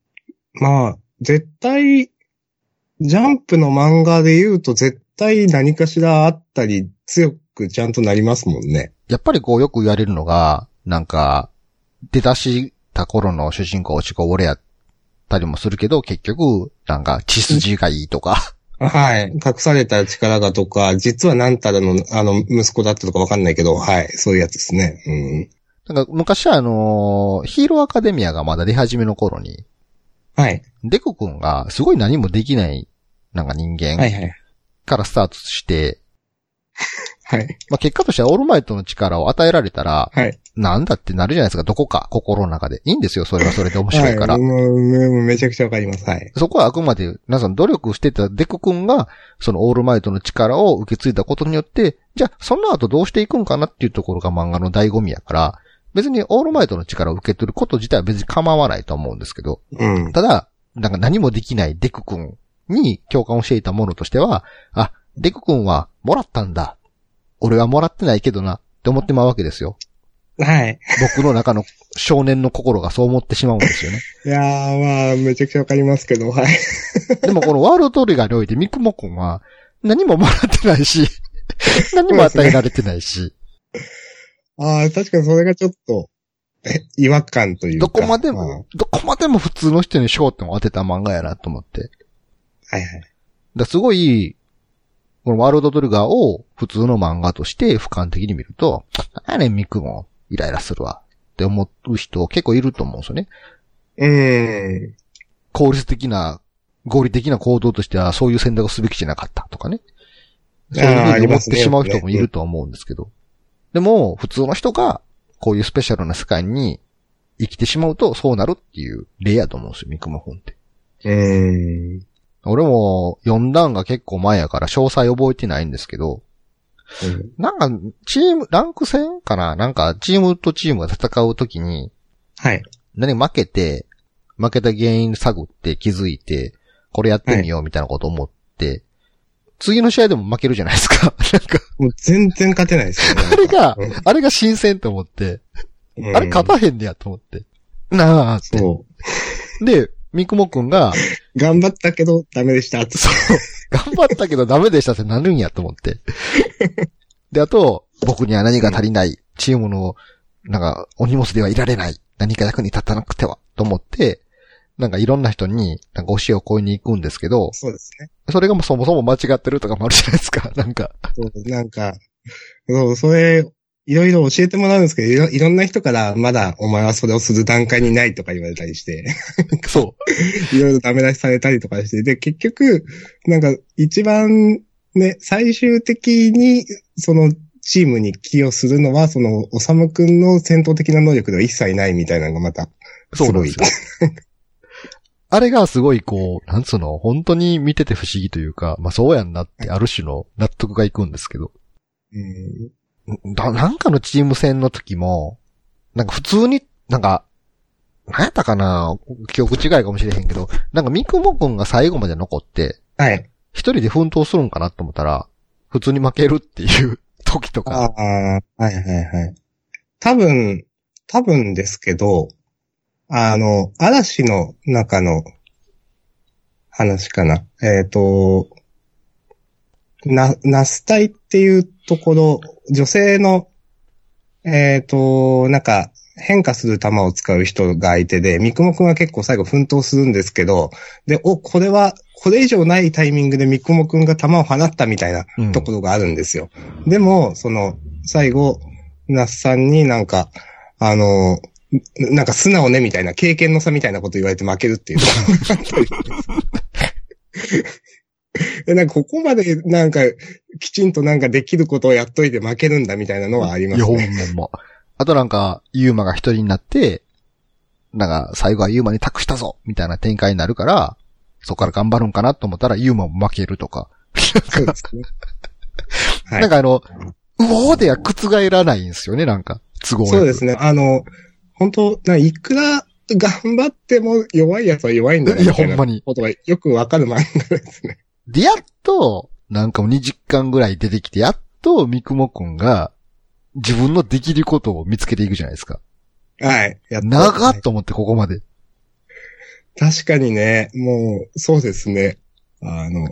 Speaker 2: まあ、絶対、ジャンプの漫画で言うと絶対何かしらあったり、強くちゃんとなりますもんね。
Speaker 1: やっぱりこうよく言われるのが、なんか、出だした頃の主人公落ちこぼれやったりもするけど、結局、なんか血筋がいいとか、
Speaker 2: はい。隠された力がとか、実はなんたらの、あの、息子だったとかわかんないけど、はい。そういうやつですね。
Speaker 1: なんか昔はあのーヒーローアカデミアがまだ出始めの頃に、
Speaker 2: うん。はい。
Speaker 1: デコ君がすごい何もできない、なんか人
Speaker 2: は
Speaker 1: 間
Speaker 2: いはい。
Speaker 1: からスタートして、
Speaker 2: はい。
Speaker 1: まあ結果としてはオールマイトの力を与えられたら、
Speaker 2: はい。
Speaker 1: なんだってなるじゃないですか、どこか、心の中で。いいんですよ、それはそれで面白いから
Speaker 2: は。もうめめめちゃくちゃわかります。はい。
Speaker 1: そこはあくまで、皆さん努力してたデコ君が、そのオールマイトの力を受け継いだことによって、じゃあその後どうしていくんかなっていうところが漫画の醍醐味やから、別にオールマイトの力を受け取ること自体は別に構わないと思うんですけど、
Speaker 2: うん。
Speaker 1: ただ、なんか何もできないデク君に共感をしていたものとしては、あ、デク君はもらったんだ。俺はもらってないけどなって思ってまうわけですよ。
Speaker 2: はい。
Speaker 1: 僕の中の少年の心がそう思ってしまうんですよね。
Speaker 2: いやー、まあ、めちゃくちゃわかりますけど、はい。
Speaker 1: でもこのワールドトリガーにおいてミクモ君は何ももらってない し、何も与えられてないし、
Speaker 2: ああ、確かにそれがちょっと、え違和感というか。
Speaker 1: どこまで
Speaker 2: うんは
Speaker 1: も、どこまでも普通の人に焦点を当てた漫画やなと思って。
Speaker 2: いはい。
Speaker 1: だからすごい、このワールドトリガーを普通の漫画として俯瞰的に見ると、あれミクもイライラするわって思う人結構いると思うんですよね。
Speaker 2: う
Speaker 1: 効率的な、合理的な行動としてはそういう選択をすべきじゃなかったとかね。そういうふうに思ってしまう人もいると思うんですけど。でも、普通の人がこういうスペシャルな世界に生きてしまうとそうなるっていう例やと思うんですよ、ミクも本って。
Speaker 2: ーん。う
Speaker 1: 俺も読んだんが結構前やから詳細覚えてないんですけど、
Speaker 2: ーん。
Speaker 1: なんか、チーム、ランク戦かななんか、チームとチームが戦うときに、
Speaker 2: はい。
Speaker 1: 何負けて、負けた原因探って気づいて、これやってみようみたいなこと思って、次の試合でも負けるじゃないですか。 なんか、
Speaker 2: もう全然勝てないですよね。
Speaker 1: あれが
Speaker 2: うん、
Speaker 1: あれが新鮮と思って、
Speaker 2: うん
Speaker 1: あれ勝たへんねやと思って。なあって。
Speaker 2: そ
Speaker 1: で、三雲くんが、
Speaker 2: う。頑張ったけど、ダメでした。
Speaker 1: そう、頑張ったけどダメでしたってなるんやと思 って。で、あと、僕には何が足りない、チームの、なんか、お荷物ではいられない、何か役に立たなくては、と思って、なんかいろんな人に、なんか教えを超えに行くんですけど、
Speaker 2: そうですね。
Speaker 1: それがもうそもそも間違ってるとかもあるじゃないですか、 なんか。
Speaker 2: そう、なんか、そう、それ、いろいろ教えてもらうんですけどいろ、いろんな人から、まだお前はそれをする段階にないとか言われたりして。
Speaker 1: そ
Speaker 2: いろいろダメ出しされたりとかして、で、結局、なんか、一番ね、最終的に、その、チームに寄与するのは、その、おさむくんの戦闘的な能力では一切ないみたいなのがまた、
Speaker 1: う、そうなんですよ。あれがすごいこう、なんつうの、本当に見てて不思議というか、まあそうやんなって、ある種の納得がいくんですけど。
Speaker 2: うん、
Speaker 1: だ、なんかのチーム戦の時も、なんか普通に、なんか、なんやったかな記憶違いかもしれへんけど、なんか三雲くんが最後まで残って、
Speaker 2: はい。
Speaker 1: 一人で奮闘するんかなと思ったら、普通に負けるっていう 時と
Speaker 2: あ
Speaker 1: か、
Speaker 2: あ、はいはいはい。多分、多分ですけど、あの、嵐の中の話かな。えっ、と、な、ナスタイっていうところ、女性の、えっ、と、なんか、変化する球を使う人が相手で、三雲くんは結構最後奮闘するんですけど、で、お、これは、これ以上ないタイミングで三雲くんが球を放ったみたいな
Speaker 1: うん
Speaker 2: ところがあるんですよ。でも、その、最後、那須さんになんか、あの、ななんか素直ねみたいな、経験の差みたいなこと言われて負けるっていう で。なんかここまでなんか、きちんとなんかできることをやっといて負けるんだみたいなのはありま
Speaker 1: いや、
Speaker 2: す
Speaker 1: ほん
Speaker 2: ね。
Speaker 1: ま。あとなんか、ユーマが一人になって、なんか、最後はユーマに託したぞみたいな展開になるから、そこから頑張るんかなと思ったら、ユーマも負けるとか。
Speaker 2: そうですね。はい
Speaker 1: なんかあの、うおーでは覆らないんですよね、なんか。都合よく
Speaker 2: そうですね。あの、本当ないくら頑張っても弱いやつは弱いんだ な、
Speaker 1: いや
Speaker 2: みたいな
Speaker 1: ほんまに
Speaker 2: ことがよくわかる漫画ですね。
Speaker 1: で、やっと、なんかもう2時間ぐらい出てきて、やっと、三雲くんが、自分のできることを見つけていくじゃないですか。
Speaker 2: はい。やっと
Speaker 1: 長っと思って、ここまで。
Speaker 2: 確かにね、もう、そうですね。あの、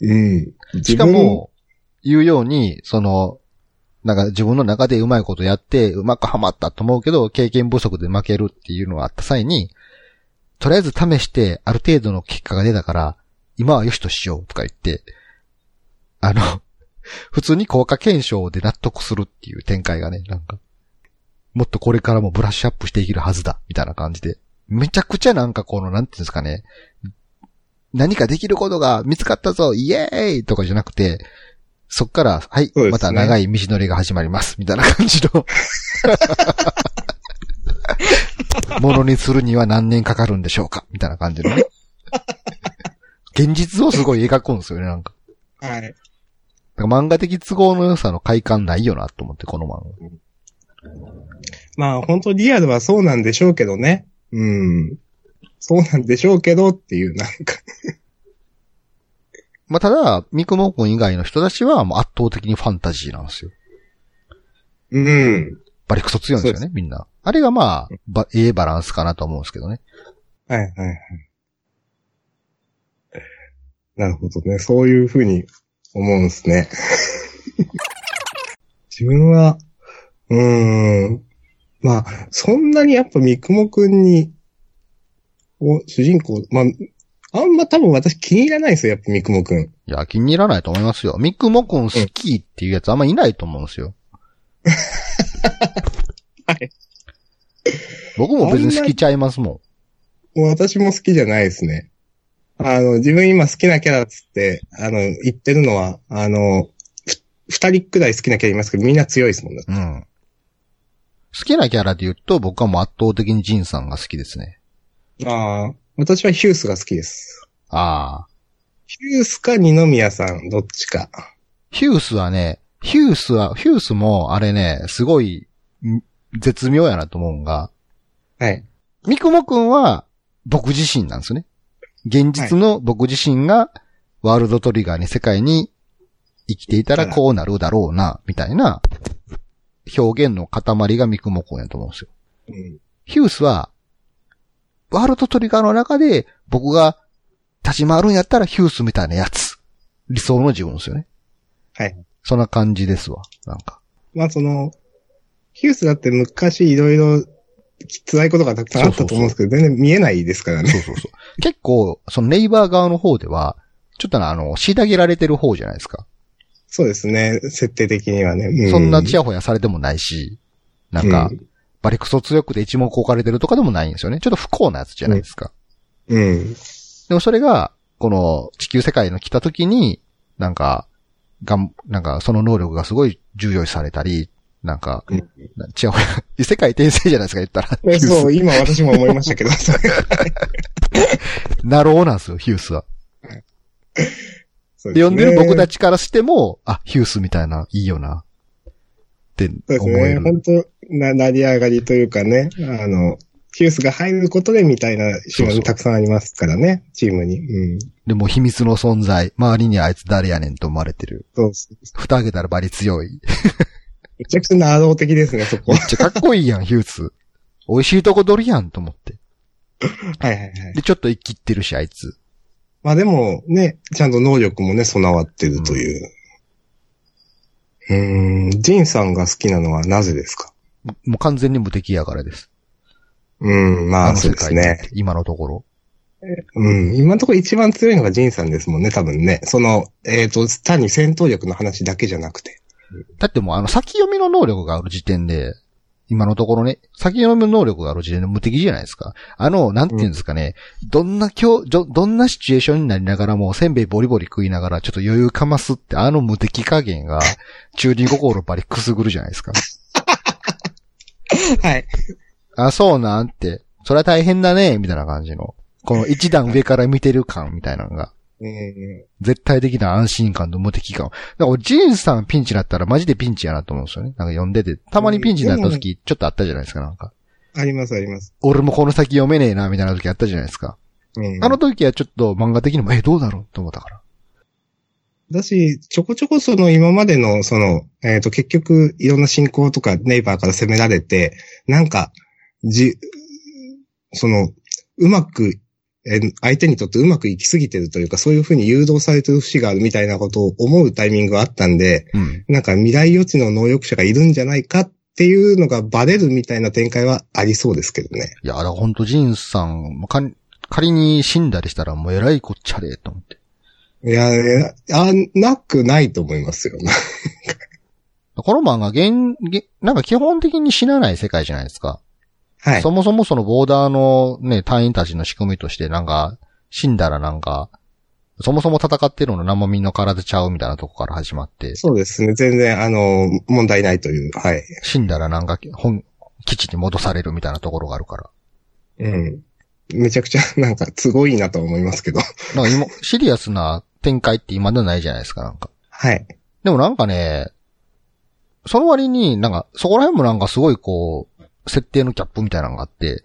Speaker 2: うん。
Speaker 1: しかも、言うように、その、なんか自分の中でうまいことやって、うまくハマったと思うけど、経験不足で負けるっていうのがあった際に、とりあえず試して、ある程度の結果が出たから、今はよしとしようとか言って、あの、普通に効果検証で納得するっていう展開がね、なんか、もっとこれからもブラッシュアップしていけるはずだ、みたいな感じで。めちゃくちゃなんかこの、なんていうんですかね、何かできることが見つかったぞ、イエーイとかじゃなくて、そっから、はい、
Speaker 2: そうですね
Speaker 1: また長い道のりが始まります、みたいな感じ の。ものにするには何年かかるんでしょうかみたいな感じのね。現実をすごい描くんですよね、なんか。
Speaker 2: 自分はい。
Speaker 1: なんか漫画的都合の良さの快感ないよなと思って、この漫画。
Speaker 2: まあ、本当リアルはそうなんでしょうけどね。うん。そうなんでしょうけどっていう、なんか。
Speaker 1: まあ、ただ、三雲君以外の人たちはもう圧倒的にファンタジーなんですよ。
Speaker 2: うん。
Speaker 1: バリクソ強いんですよ
Speaker 2: そう
Speaker 1: ね、みんな。あれがまあ、ば、ええバランスかなと思うんですけどね。
Speaker 2: はいはいはい。なるほどね。そういうふうに思うんですね。 自分は、うーん。まあ、そんなにやっぱ三雲くんに、を主人公、まあ、あんま多分私気に入らないですよ、やっぱ三雲くん。
Speaker 1: いや、気に入らないと思いますよ。三雲君好きっていうやつあんまいないと思うんですよ。
Speaker 2: はい。
Speaker 1: 僕も別に好きちゃいますもん。
Speaker 2: もう私も好きじゃないですね。あの、自分今好きなキャラっつって、あの、言ってるのは、あの、ふ二人くらい好きなキャラいますけど、みんな強いですもんね。
Speaker 1: うん。好きなキャラで言うと、僕はもう圧倒的にジンさんが好きですね。
Speaker 2: ああ、私はヒュースが好きです。
Speaker 1: ああ。
Speaker 2: ヒュースか二宮さん、どっちか。
Speaker 1: ヒュースはね、ヒュースは、ヒュースもあれね、すごい、ん絶妙やなと思うんが、
Speaker 2: はい。
Speaker 1: 三雲くんは僕自身なんですよね。現実の僕自身がワールドトリガーに世界に生きていたらこうなるだろうな、みたいな表現の塊が三雲くんやと思うんですよ
Speaker 2: うん。
Speaker 1: ヒュースは、ワールドトリガーの中で僕が立ち回るんやったらヒュースみたいなやつ。理想の自分ですよね。
Speaker 2: はい。
Speaker 1: そんな感じですわ。なんか。
Speaker 2: まあその、ヒュースだって昔いろいろ辛いことがたくさんあったと思うんですけど、全然見えないですからね。
Speaker 1: そうそうそう。 結構、そのネイバー側の方では、ちょっとなあの、虐げられてる方じゃないですか。
Speaker 2: そうですね、設定的にはね。う
Speaker 1: そんなちやほやされてもないし、なんか
Speaker 2: う、
Speaker 1: バリクソ強くて一目置かれてるとかでもないんですよね。ちょっと不幸なやつじゃないですか。
Speaker 2: うん。
Speaker 1: でもそれが、この地球世界の来た時に、なんか、がん、なんかその能力がすごい重要視されたり、なんか、
Speaker 2: うん
Speaker 1: な違う、異世界転生じゃないですか、言ったら。
Speaker 2: えそう、今私も思いましたけど、 それ
Speaker 1: なろうなんですよ、ヒュースは。
Speaker 2: そう
Speaker 1: で、
Speaker 2: すね
Speaker 1: 呼んでる僕たちからしても、あ、ヒュースみたいな、いいよな。って
Speaker 2: そう
Speaker 1: 思
Speaker 2: で
Speaker 1: え
Speaker 2: すね。
Speaker 1: る。
Speaker 2: 本当な、成り上がりというかね、あの、ヒュースが入ることでみたいなシ
Speaker 1: そ
Speaker 2: ーン
Speaker 1: うそう
Speaker 2: がたくさんありますからね、チームに。うん。
Speaker 1: でも秘密の存在、周りにあいつ誰やねんと思われてる。
Speaker 2: そうそう
Speaker 1: 蓋開けたらバリ強い。
Speaker 2: めちゃくちゃナード的ですね、そこ
Speaker 1: めっ
Speaker 2: は。
Speaker 1: ちゃかっこいいやん、ヒュース。美味しいとこ取りやんと思って。
Speaker 2: はいはいはい。
Speaker 1: で、ちょっと生きってるし、あいつ。
Speaker 2: まあでも、ね、ちゃんと能力もね、備わってるという。うーん、ジンさんが好きなのはなぜですか
Speaker 1: ももう完全に無敵やからです。
Speaker 2: うん、ま
Speaker 1: あ
Speaker 2: あ
Speaker 1: の
Speaker 2: そう
Speaker 1: 世
Speaker 2: です
Speaker 1: 界で
Speaker 2: ね。
Speaker 1: 今のところ。
Speaker 2: うん、今のところ一番強いのがジンさんですもんね、多分ね。その、えっ、と、単に戦闘力の話だけじゃなくて。
Speaker 1: だってもうあの先読みの能力がある時点で、今のところね、先読みの能力がある時点で無敵じゃないですか。あの、なんていうんですかね、どんな今日、ど、どんなシチュエーションになりながらも、せんべいボリボリ食いながら、ちょっと余裕かますって、あの 無敵加減が、中二心ばりくすぐるじゃないですか。
Speaker 2: はい。
Speaker 1: あ、そうなんって、それは大変だね、みたいな感じの。この一段上から見てる感みたいなのが、
Speaker 2: うん。
Speaker 1: 絶対的な安心感と無敵感。だから俺、ジンさんピンチになったらマジでピンチやなと思うんですよね。なんか読んでて、たまにピンチになった時、ちょっとあったじゃないですか、なんか。
Speaker 2: ありますあります。
Speaker 1: 俺もこの先読めねえな、みたいな時あったじゃないですか。
Speaker 2: うん
Speaker 1: あの時はちょっと漫画的にも、え、どうだろうと思ったから。
Speaker 2: だし、ちょこちょこその今までの、その、えっ、と、結局、いろんな信仰とかネイバーから責められて、なんか、じ、その、うまく、えー相手にとってうまくいきすぎてるというか、そういうふうに誘導されてる節があるみたいなことを思うタイミングがあったんで、
Speaker 1: うん。
Speaker 2: なんか未来予知の能力者がいるんじゃないかっていうのがバレるみたいな展開はありそうですけどね。
Speaker 1: いや、だからほんとジンさん、まかん仮に死んだりしたらもうえらいこっちゃれ、と思って。
Speaker 2: いや、いやあ、なくないと思いますよ。
Speaker 1: この漫画、現、現なんか基本的に死なない世界じゃないですか。
Speaker 2: はい
Speaker 1: そ。もそもそのボーダーのね、隊員たちの仕組みとしてなんか、死んだらなんか、そもそも戦ってるの生身の体ちゃうみたいなとこから始まって、
Speaker 2: そうですね。全然、あの、問題ないという。はい。
Speaker 1: 死んだらなんか本、基地に戻されるみたいなところがあるから。
Speaker 2: うん。めちゃく ちゃ、なんか、都合いいなとは思いますけど。
Speaker 1: なんか今、シリアスな展開って今ではないじゃないですか、なんか。
Speaker 2: はい。
Speaker 1: でもなんかね、その割になんか、そこら辺もなんかすごいこう、設定のキャップみたいなのがあって、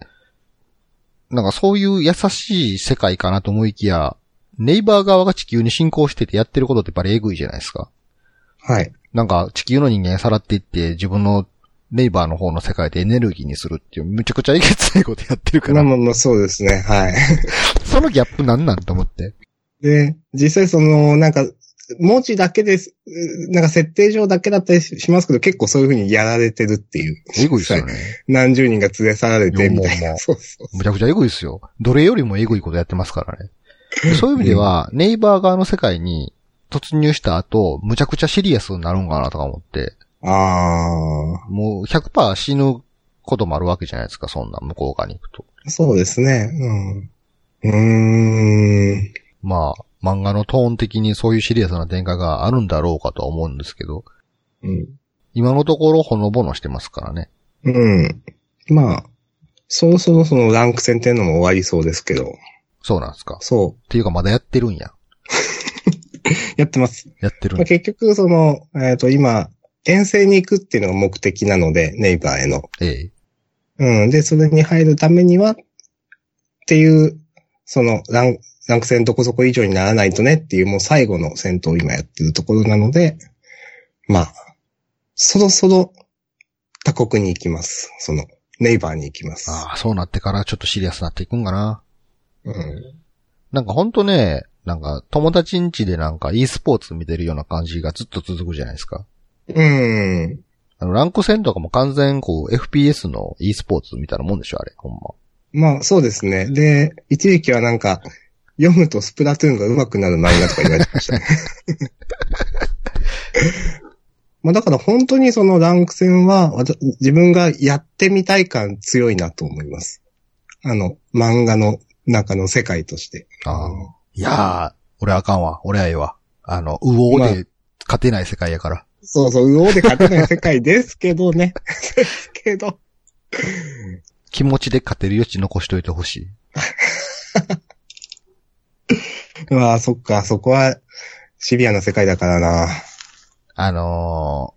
Speaker 1: なんかそういう優しい世界かなと思いきや、ネイバー側が地球に侵攻しててやってることってやっぱりエグいじゃないですか。
Speaker 2: はい。
Speaker 1: なんか地球の人間さらっていって自分のネイバーの方の世界でエネルギーにするっていうめちゃくちゃえげつないことやってるか
Speaker 2: まあ
Speaker 1: ら、
Speaker 2: まあまあ、そうですね。はい。
Speaker 1: そのギャップなんなんと思って。
Speaker 2: で、実際その、なんか、文字だけです、うなんか設定上だけだったりしますけど、結構そういうふうにやられてるっていう。
Speaker 1: エグいっすよね。
Speaker 2: 何十人が連れ去られて、みたい
Speaker 1: いやもうも
Speaker 2: な。
Speaker 1: う
Speaker 2: そうそう。
Speaker 1: むちゃくちゃエグいっすよ。奴隷よりもエグいことやってますからね。そういう意味では、ネイバー側の世界に突入した後、むちゃくちゃシリアスになるんかなとか思って、
Speaker 2: あ
Speaker 1: もう100%死ぬこともあるわけじゃないですか、そんな向こう側に行くと。
Speaker 2: あ、そうですね。うん。うーん。
Speaker 1: まあ、漫画のトーン的にそういうシリアスな展開があるんだろうかとは思うんですけど、
Speaker 2: うん。
Speaker 1: 今のところほのぼのしてますからね。
Speaker 2: うん。まあ、そろそろそのランク戦っていうのも終わりそうですけど、
Speaker 1: そうなんですか。っ
Speaker 2: そ
Speaker 1: ていうかまだやってるんや。
Speaker 2: う、やってます。
Speaker 1: やってるん
Speaker 2: まあ、
Speaker 1: や。
Speaker 2: 結局、その、えっ、と、今、遠征に行くっていうのが目的なので、ネイバーへの。
Speaker 1: ええ。
Speaker 2: うん。で、それに入るためには、っていう、その、ラン、ランク戦どこそこ以上にならないとねっていう、もう最後の戦闘を今やってるところなので、まあ、そろそろ、他国に行きます。その、ネイバーに行きます。
Speaker 1: ああ、そうなってからちょっとシリアスになっていくんかな。
Speaker 2: うん。
Speaker 1: なんかほんとね、なんか友達ん家でなんか e スポーツ見てるような感じがずっと続くじゃないですか。
Speaker 2: うん。
Speaker 1: あの、ランク戦とかも完全こう FPS の e スポーツみたいなもんでしょ、あれ、ほんま。
Speaker 2: まあ、そうですね。で、一時期はなんか、読むとスプラトゥーンが上手くなる漫画とか言われてました ね。まあ、だから本当にそのランク戦は、わた自分がやってみたい感強いなと思います。あの、漫画の中の世界として。
Speaker 1: ああ。いやー、俺あかんわ。俺はええわ。あの、うおーで勝てない世界やから。
Speaker 2: そうそう、右往で勝てない世界ですけどね。です けど。
Speaker 1: 気持ちで勝てる余地残しといてほしい。
Speaker 2: うわあ、そっか、そこはシビアな世界だからな。
Speaker 1: あの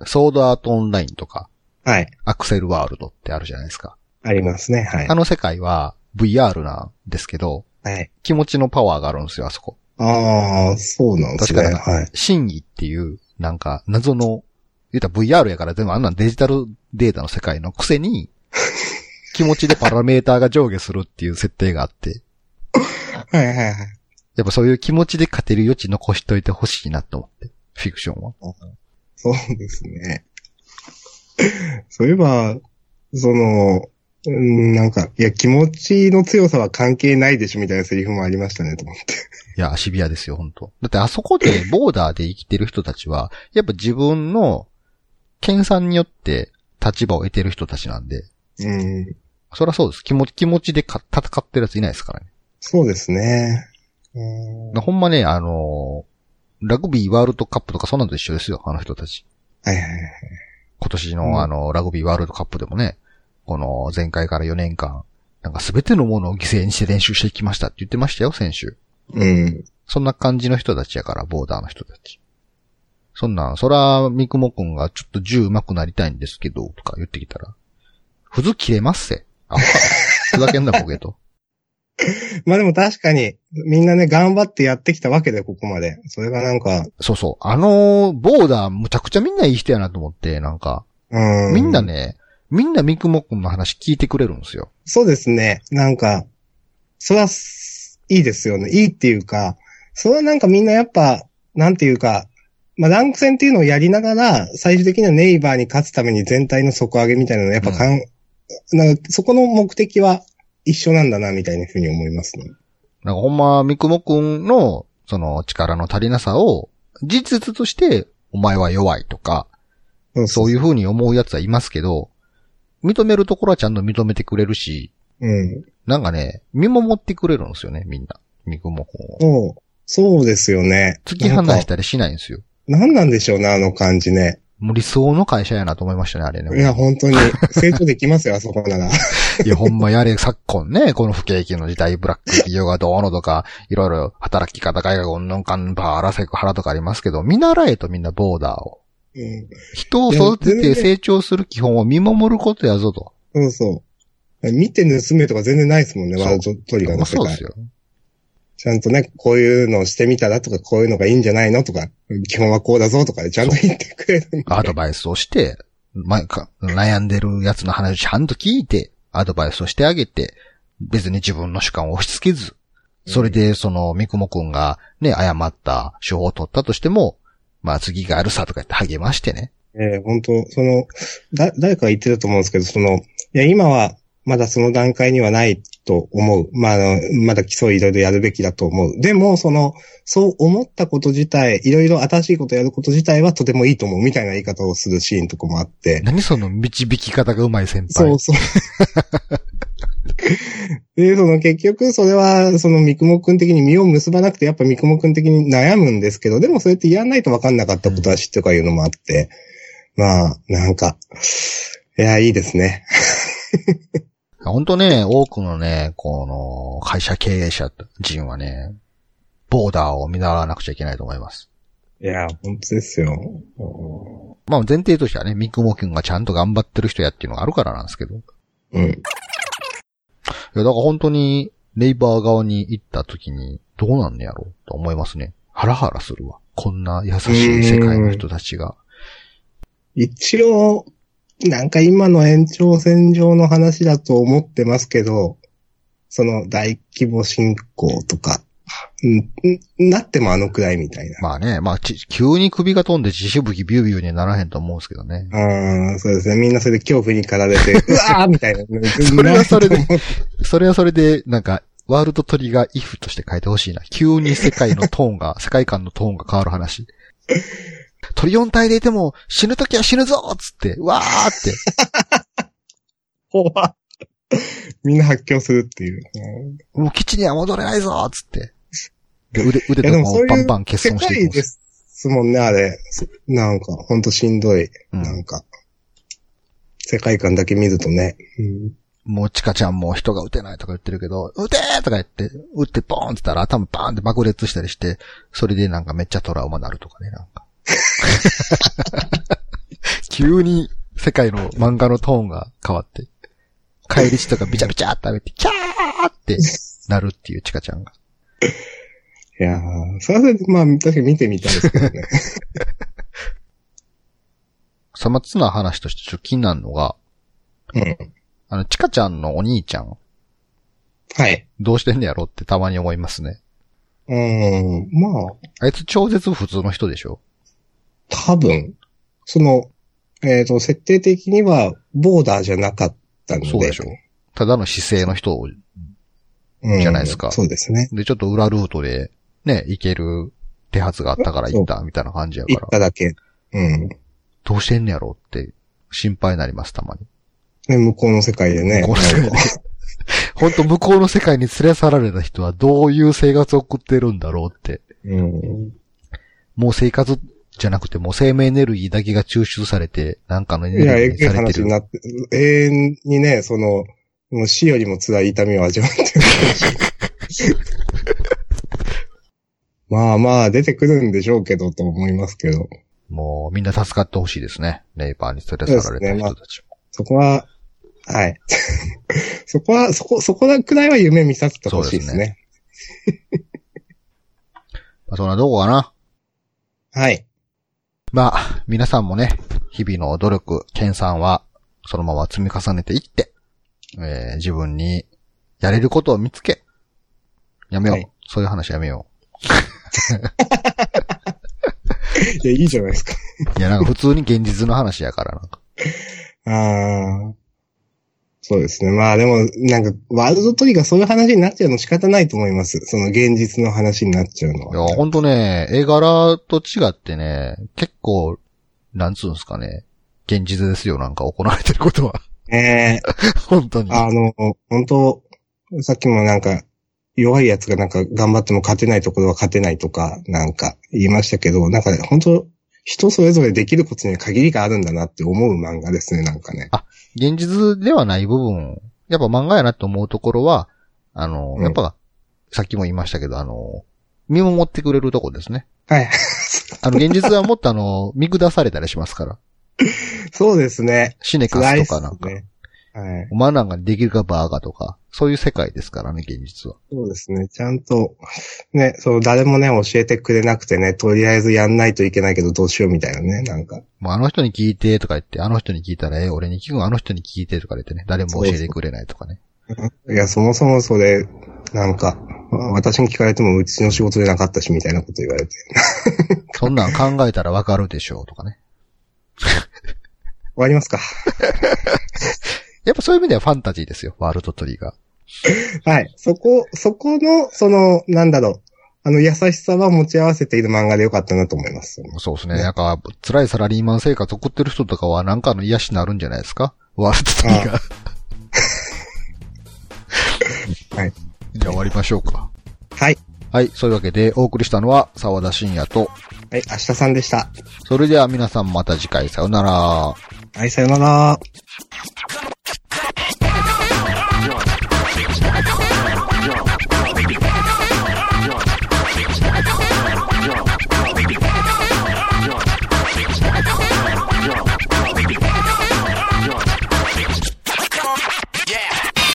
Speaker 1: ー、ソードアートオンラインとか、
Speaker 2: はい。
Speaker 1: アクセルワールドってあるじゃないですか。
Speaker 2: ありますね。はい
Speaker 1: あ。の世界は VR なんですけど、
Speaker 2: はい。
Speaker 1: 気持ちのパワーがあるんですよ、あそこ。
Speaker 2: ああ、そうなんですね。
Speaker 1: 確か
Speaker 2: はい。
Speaker 1: 真意っていう、なんか、謎の、言うたら VR やから全部あんなんデジタルデータの世界のくせに、気持ちでパラメーターが上下するっていう設定があって、
Speaker 2: はいはいはい。
Speaker 1: やっぱそういう気持ちで勝てる余地残しといてほしいなと思って、フィクションは。
Speaker 2: そうですね。そういえば、その、うんなんか、いや、気持ちの強さは関係ないでしょみたいなセリフもありましたね、と思って。
Speaker 1: いや、シビアですよ、本当だってあそこで、ボーダーで生きてる人たちは、やっぱ自分の、研鑽によって立場を得てる人たちなんで、
Speaker 2: うん。
Speaker 1: そりゃそうです。気持ち、気持ちでか戦ってるやついないですからね。
Speaker 2: そうですね。うん
Speaker 1: ほんまね、あのーラグビーワールドカップとかそんなのと一緒ですよ、あの人たち。
Speaker 2: はいはいはい。
Speaker 1: 今年
Speaker 2: うん
Speaker 1: のあの、ラグビーワールドカップでもね、この前回から4年間、なんか全てのものを犠牲にして練習してきましたって言ってましたよ、選手。
Speaker 2: うん。
Speaker 1: そんな感じの人たちやから、ボーダーの人たち。そんなん、そら、三雲くんがちょっと銃上手くなりたいんですけど、とか言ってきたら、普通切れますせ。あ、ふざけんな、ボケと。
Speaker 2: まあでも確かに、みんなね、頑張ってやってきたわけで、ここまで。それがなんか、
Speaker 1: そうそう。あのーボーダー、むちゃくちゃみんないい人やなと思って、なんか、
Speaker 2: うん。
Speaker 1: みんなね、みんな三雲くんの話聞いてくれるんですよ。
Speaker 2: そうですね。なんか、それはす、いいですよね。いいっていうか、それはなんかみんなやっぱ、なんていうか、まあ、ランク戦っていうのをやりながら、最終的にはネイバーに勝つために全体の底上げみたいなのをやっぱかん、なんかそこの目的は一緒なんだな、みたいなふうに思いますね。
Speaker 1: なんかほんま、三雲くんの、その力の足りなさを、事実として、お前は弱いとか、
Speaker 2: そう
Speaker 1: そういう風に思う奴はいますけど、認めるところはちゃんと認めてくれるし、
Speaker 2: うん。
Speaker 1: なんかね、見守ってくれるんですよね、みんな。三雲くんを。
Speaker 2: そう。そうですよね。
Speaker 1: 突き放したりしないんですよ。
Speaker 2: なんか何なんでしょうね、あの感じね。
Speaker 1: もう理想の会社やなと思いましたね、あれね。
Speaker 2: いや、本当に、成長できますよ、あそこ なら。
Speaker 1: いや、ほんまやれ、昨今ね、この不景気の時代、ブラック企業がどうのとか、いろいろ働き方改革、うんぬんかんば、あらせく腹とかありますけど、見習えとみんなボーダーを。
Speaker 2: うん。
Speaker 1: 人を育てて成長する基本を見守ることやぞと。
Speaker 2: そうそう。見て盗めとか全然ないですもんね、
Speaker 1: そう
Speaker 2: ワールドトリガ
Speaker 1: まあ
Speaker 2: ーの世
Speaker 1: そう
Speaker 2: 界
Speaker 1: で。すよ。
Speaker 2: ちゃんとね、こういうのをしてみたらとか、こういうのがいいんじゃないのとか、基本はこうだぞとかでちゃんと言ってくれるんで。
Speaker 1: アドバイスをして、まか悩んでるやつの話をちゃんと聞いて、アドバイスをしてあげて、別に自分の主観を押し付けず、それで、その、三雲くんがね、誤った手法を取ったとしても、まあ次があるさとか言って励ましてね。
Speaker 2: えー本当その、だ、誰かが言ってたと思うんですけど、その、いや、今は、まだその段階にはないと思う。まあ、あの、まだ基礎いろいろやるべきだと思う。でも、その、そう思ったこと自体、いろいろ新しいことやること自体はとてもいいと思う、みたいな言い方をするシーンとかもあって。
Speaker 1: 何その導き方がうまい先
Speaker 2: そ
Speaker 1: 輩
Speaker 2: う。そう。 で、その結局、それは、その三雲くん的に身を結ばなくて、やっぱ三雲くん的に悩むんですけど、でもそれってやんないと分かんなかったことは知ってとかいうのもあって、まあ、なんか、いや、いいですね。
Speaker 1: 本当ね、多くのね、この、会社経営者人はね、ボーダーを見習わなくちゃいけないと思います。
Speaker 2: いや、本当ですよ。
Speaker 1: まあ前提としてはね、三雲くんがちゃんと頑張ってる人やっていうのがあるからなんですけど。い
Speaker 2: うん。
Speaker 1: や、だから本当に、ネイバー側に行った時に、どうなんねやろうと思いますね。ハラハラするわ。こんな優しい世界の人たちが。
Speaker 2: 一応、なんか今の延長線上の話だと思ってますけど、その大規模進行とか、うん、んなってもあのくらいみたいな。
Speaker 1: まあね、まあち、急に首が飛んで血しぶきビュービューにならへんと思うんですけどね。
Speaker 2: ああ、そうですね。みんなそれで恐怖に駆ら れて、うわーみたいな。そ
Speaker 1: れはそれで。それはそれで、なんか、ワールドトリガーイフとして書いてほしいな。急に世界のトーンが、世界観のトーンが変わる話。トリオン体でいても、死ぬときは死ぬぞっつって、わーって。
Speaker 2: 怖っ みんな発狂するっていう。うん
Speaker 1: もう基地には戻れないぞっつって。で腕、腕と
Speaker 2: いや
Speaker 1: か
Speaker 2: でもそうい
Speaker 1: も
Speaker 2: う
Speaker 1: バンバン欠
Speaker 2: 世
Speaker 1: 損してい
Speaker 2: 界
Speaker 1: くんで。
Speaker 2: ですすもんね、あれ。なんか、ほんとしんどい。
Speaker 1: うん
Speaker 2: なんか。世界観だけ見るとね。うん
Speaker 1: もうチカちゃんも人が撃てないとか言ってるけど、撃てーとか言って、撃ってボーンって言ったら頭バーンって爆裂したりして、それでなんかめっちゃトラウマになるとかね、なんか。 急に世界の漫画のトーンが変わって、帰り血とかビチャビチャって食べて、キャーってなるっていうチカちゃんが。
Speaker 2: いやー、それはそれで、まあ、確かに見てみたいですけ どね。
Speaker 1: さまつな話としてちょっと気になるのが、
Speaker 2: うん
Speaker 1: あの、チカちゃんのお兄ちゃん、
Speaker 2: はい。
Speaker 1: どうしてんねやろってたまに思いますね。
Speaker 2: うん、まあ、
Speaker 1: あいつ超絶普通の人でしょ
Speaker 2: 多分、その、えっ、と、設定的には、ボーダーじゃなかったので。
Speaker 1: そうでしょただの姿勢の人を
Speaker 2: うん
Speaker 1: じゃないですか
Speaker 2: そうですね。
Speaker 1: で、ちょっと裏ルートで、ね、行ける手はずがあったから行った、みたいな感じやか
Speaker 2: 行っ
Speaker 1: ら、
Speaker 2: ただけ。うん。
Speaker 1: どうしてんねやろうって、心配になります、たまに。
Speaker 2: ね、向こうの世界でね。
Speaker 1: 向こうの世界で ほんと、向こうの世界に連れ去られた人はどういう生活を送ってるんだろうって。
Speaker 2: うん。
Speaker 1: もう生活じゃなくて、もう生命エネルギーだけが抽出されて、なんかのエネ
Speaker 2: いや、え
Speaker 1: ルギー
Speaker 2: げえ
Speaker 1: にされて
Speaker 2: 話
Speaker 1: る
Speaker 2: に。なって、永遠にね、その、もう死よりも辛い痛みを味わってる。 まあまあ、出てくるんでしょうけど、と思いますけど。
Speaker 1: もうみんな助かってほしいですね。ネイバーに連れ去られた人たちも。
Speaker 2: そこは、はい。 そこは、そこ、そこらくらいは夢見させてほしいです
Speaker 1: そうで
Speaker 2: ね。
Speaker 1: まあそんなどこかな。
Speaker 2: はい。
Speaker 1: まあ、皆さんもね、日々の努力、研鑽は、そのまま積み重ねていって、えー自分にやれることを見つけ、やめよう。
Speaker 2: はい
Speaker 1: そういう話やめよ
Speaker 2: いや、いいじゃないですか。
Speaker 1: う。いや、なんか普通に現実の話やからなんか。
Speaker 2: ああ。そうですね。まあでも、なんか、ワールドトリガーそういう話になっちゃうの仕方ないと思います。その現実の話になっちゃうの
Speaker 1: い
Speaker 2: は。
Speaker 1: や、ほんとね、絵柄と違ってね、結構、なんつうんすかね、現実ですよ、なんか行われてることは。
Speaker 2: ねえ
Speaker 1: 本当に。
Speaker 2: あの、本当さっきもなんか、弱いやつがなんか頑張っても勝てないところは勝てないとか、なんか言いましたけど、なんか本当人それぞれできることには限りがあるんだなって思う漫画ですね、なんかね。
Speaker 1: 現実ではない部分、やっぱ漫画やなと思うところは、あの、
Speaker 2: うん
Speaker 1: やっぱ、さっきも言いましたけど、あの、見守ってくれるとこですね。
Speaker 2: はい。
Speaker 1: あの、現実はもっとあ の、見下されたりしますから。
Speaker 2: そうですね。
Speaker 1: 死ねか
Speaker 2: 辛い
Speaker 1: す
Speaker 2: っ
Speaker 1: とか
Speaker 2: す
Speaker 1: なんか。
Speaker 2: ね。はい。
Speaker 1: お前なんかできるかバーガーとか、そういう世界ですからね、現実は。
Speaker 2: そうですね。ちゃんと、ね、その誰もね、教えてくれなくてね、とりあえずやんないといけないけどどうしようみたいなね、なんか。
Speaker 1: もうあの人に聞いてとか言って、あの人に聞いたらええ、俺に聞くんあの人に聞いてとか言ってね、誰も教えてくれないとかね。
Speaker 2: いや、そもそもそれ、なんか、私に聞かれてもうちの仕事じゃなかったし、みたいなこと言われて。
Speaker 1: そんなん考えたらわかるでしょうとかね。
Speaker 2: 終わりますか。
Speaker 1: やっぱそういう意味ではファンタジーですよ、ワールドトリガー。
Speaker 2: はい。そこ、そこの、その、なんだろう。あの、優しさは持ち合わせている漫画でよかったなと思います。
Speaker 1: そうですね。
Speaker 2: ね
Speaker 1: なんか、辛いサラリーマン生活送ってる人とかは、なんかの癒しになるんじゃないですかワールドトリガー。
Speaker 2: はい。
Speaker 1: じゃあ終わりましょうか。
Speaker 2: はい。
Speaker 1: はい。そういうわけで、お送りしたのは、沢田信也と、
Speaker 2: はい、明日さんでした。
Speaker 1: それでは皆さんまた次回、さようなら。
Speaker 2: はい、さよなら。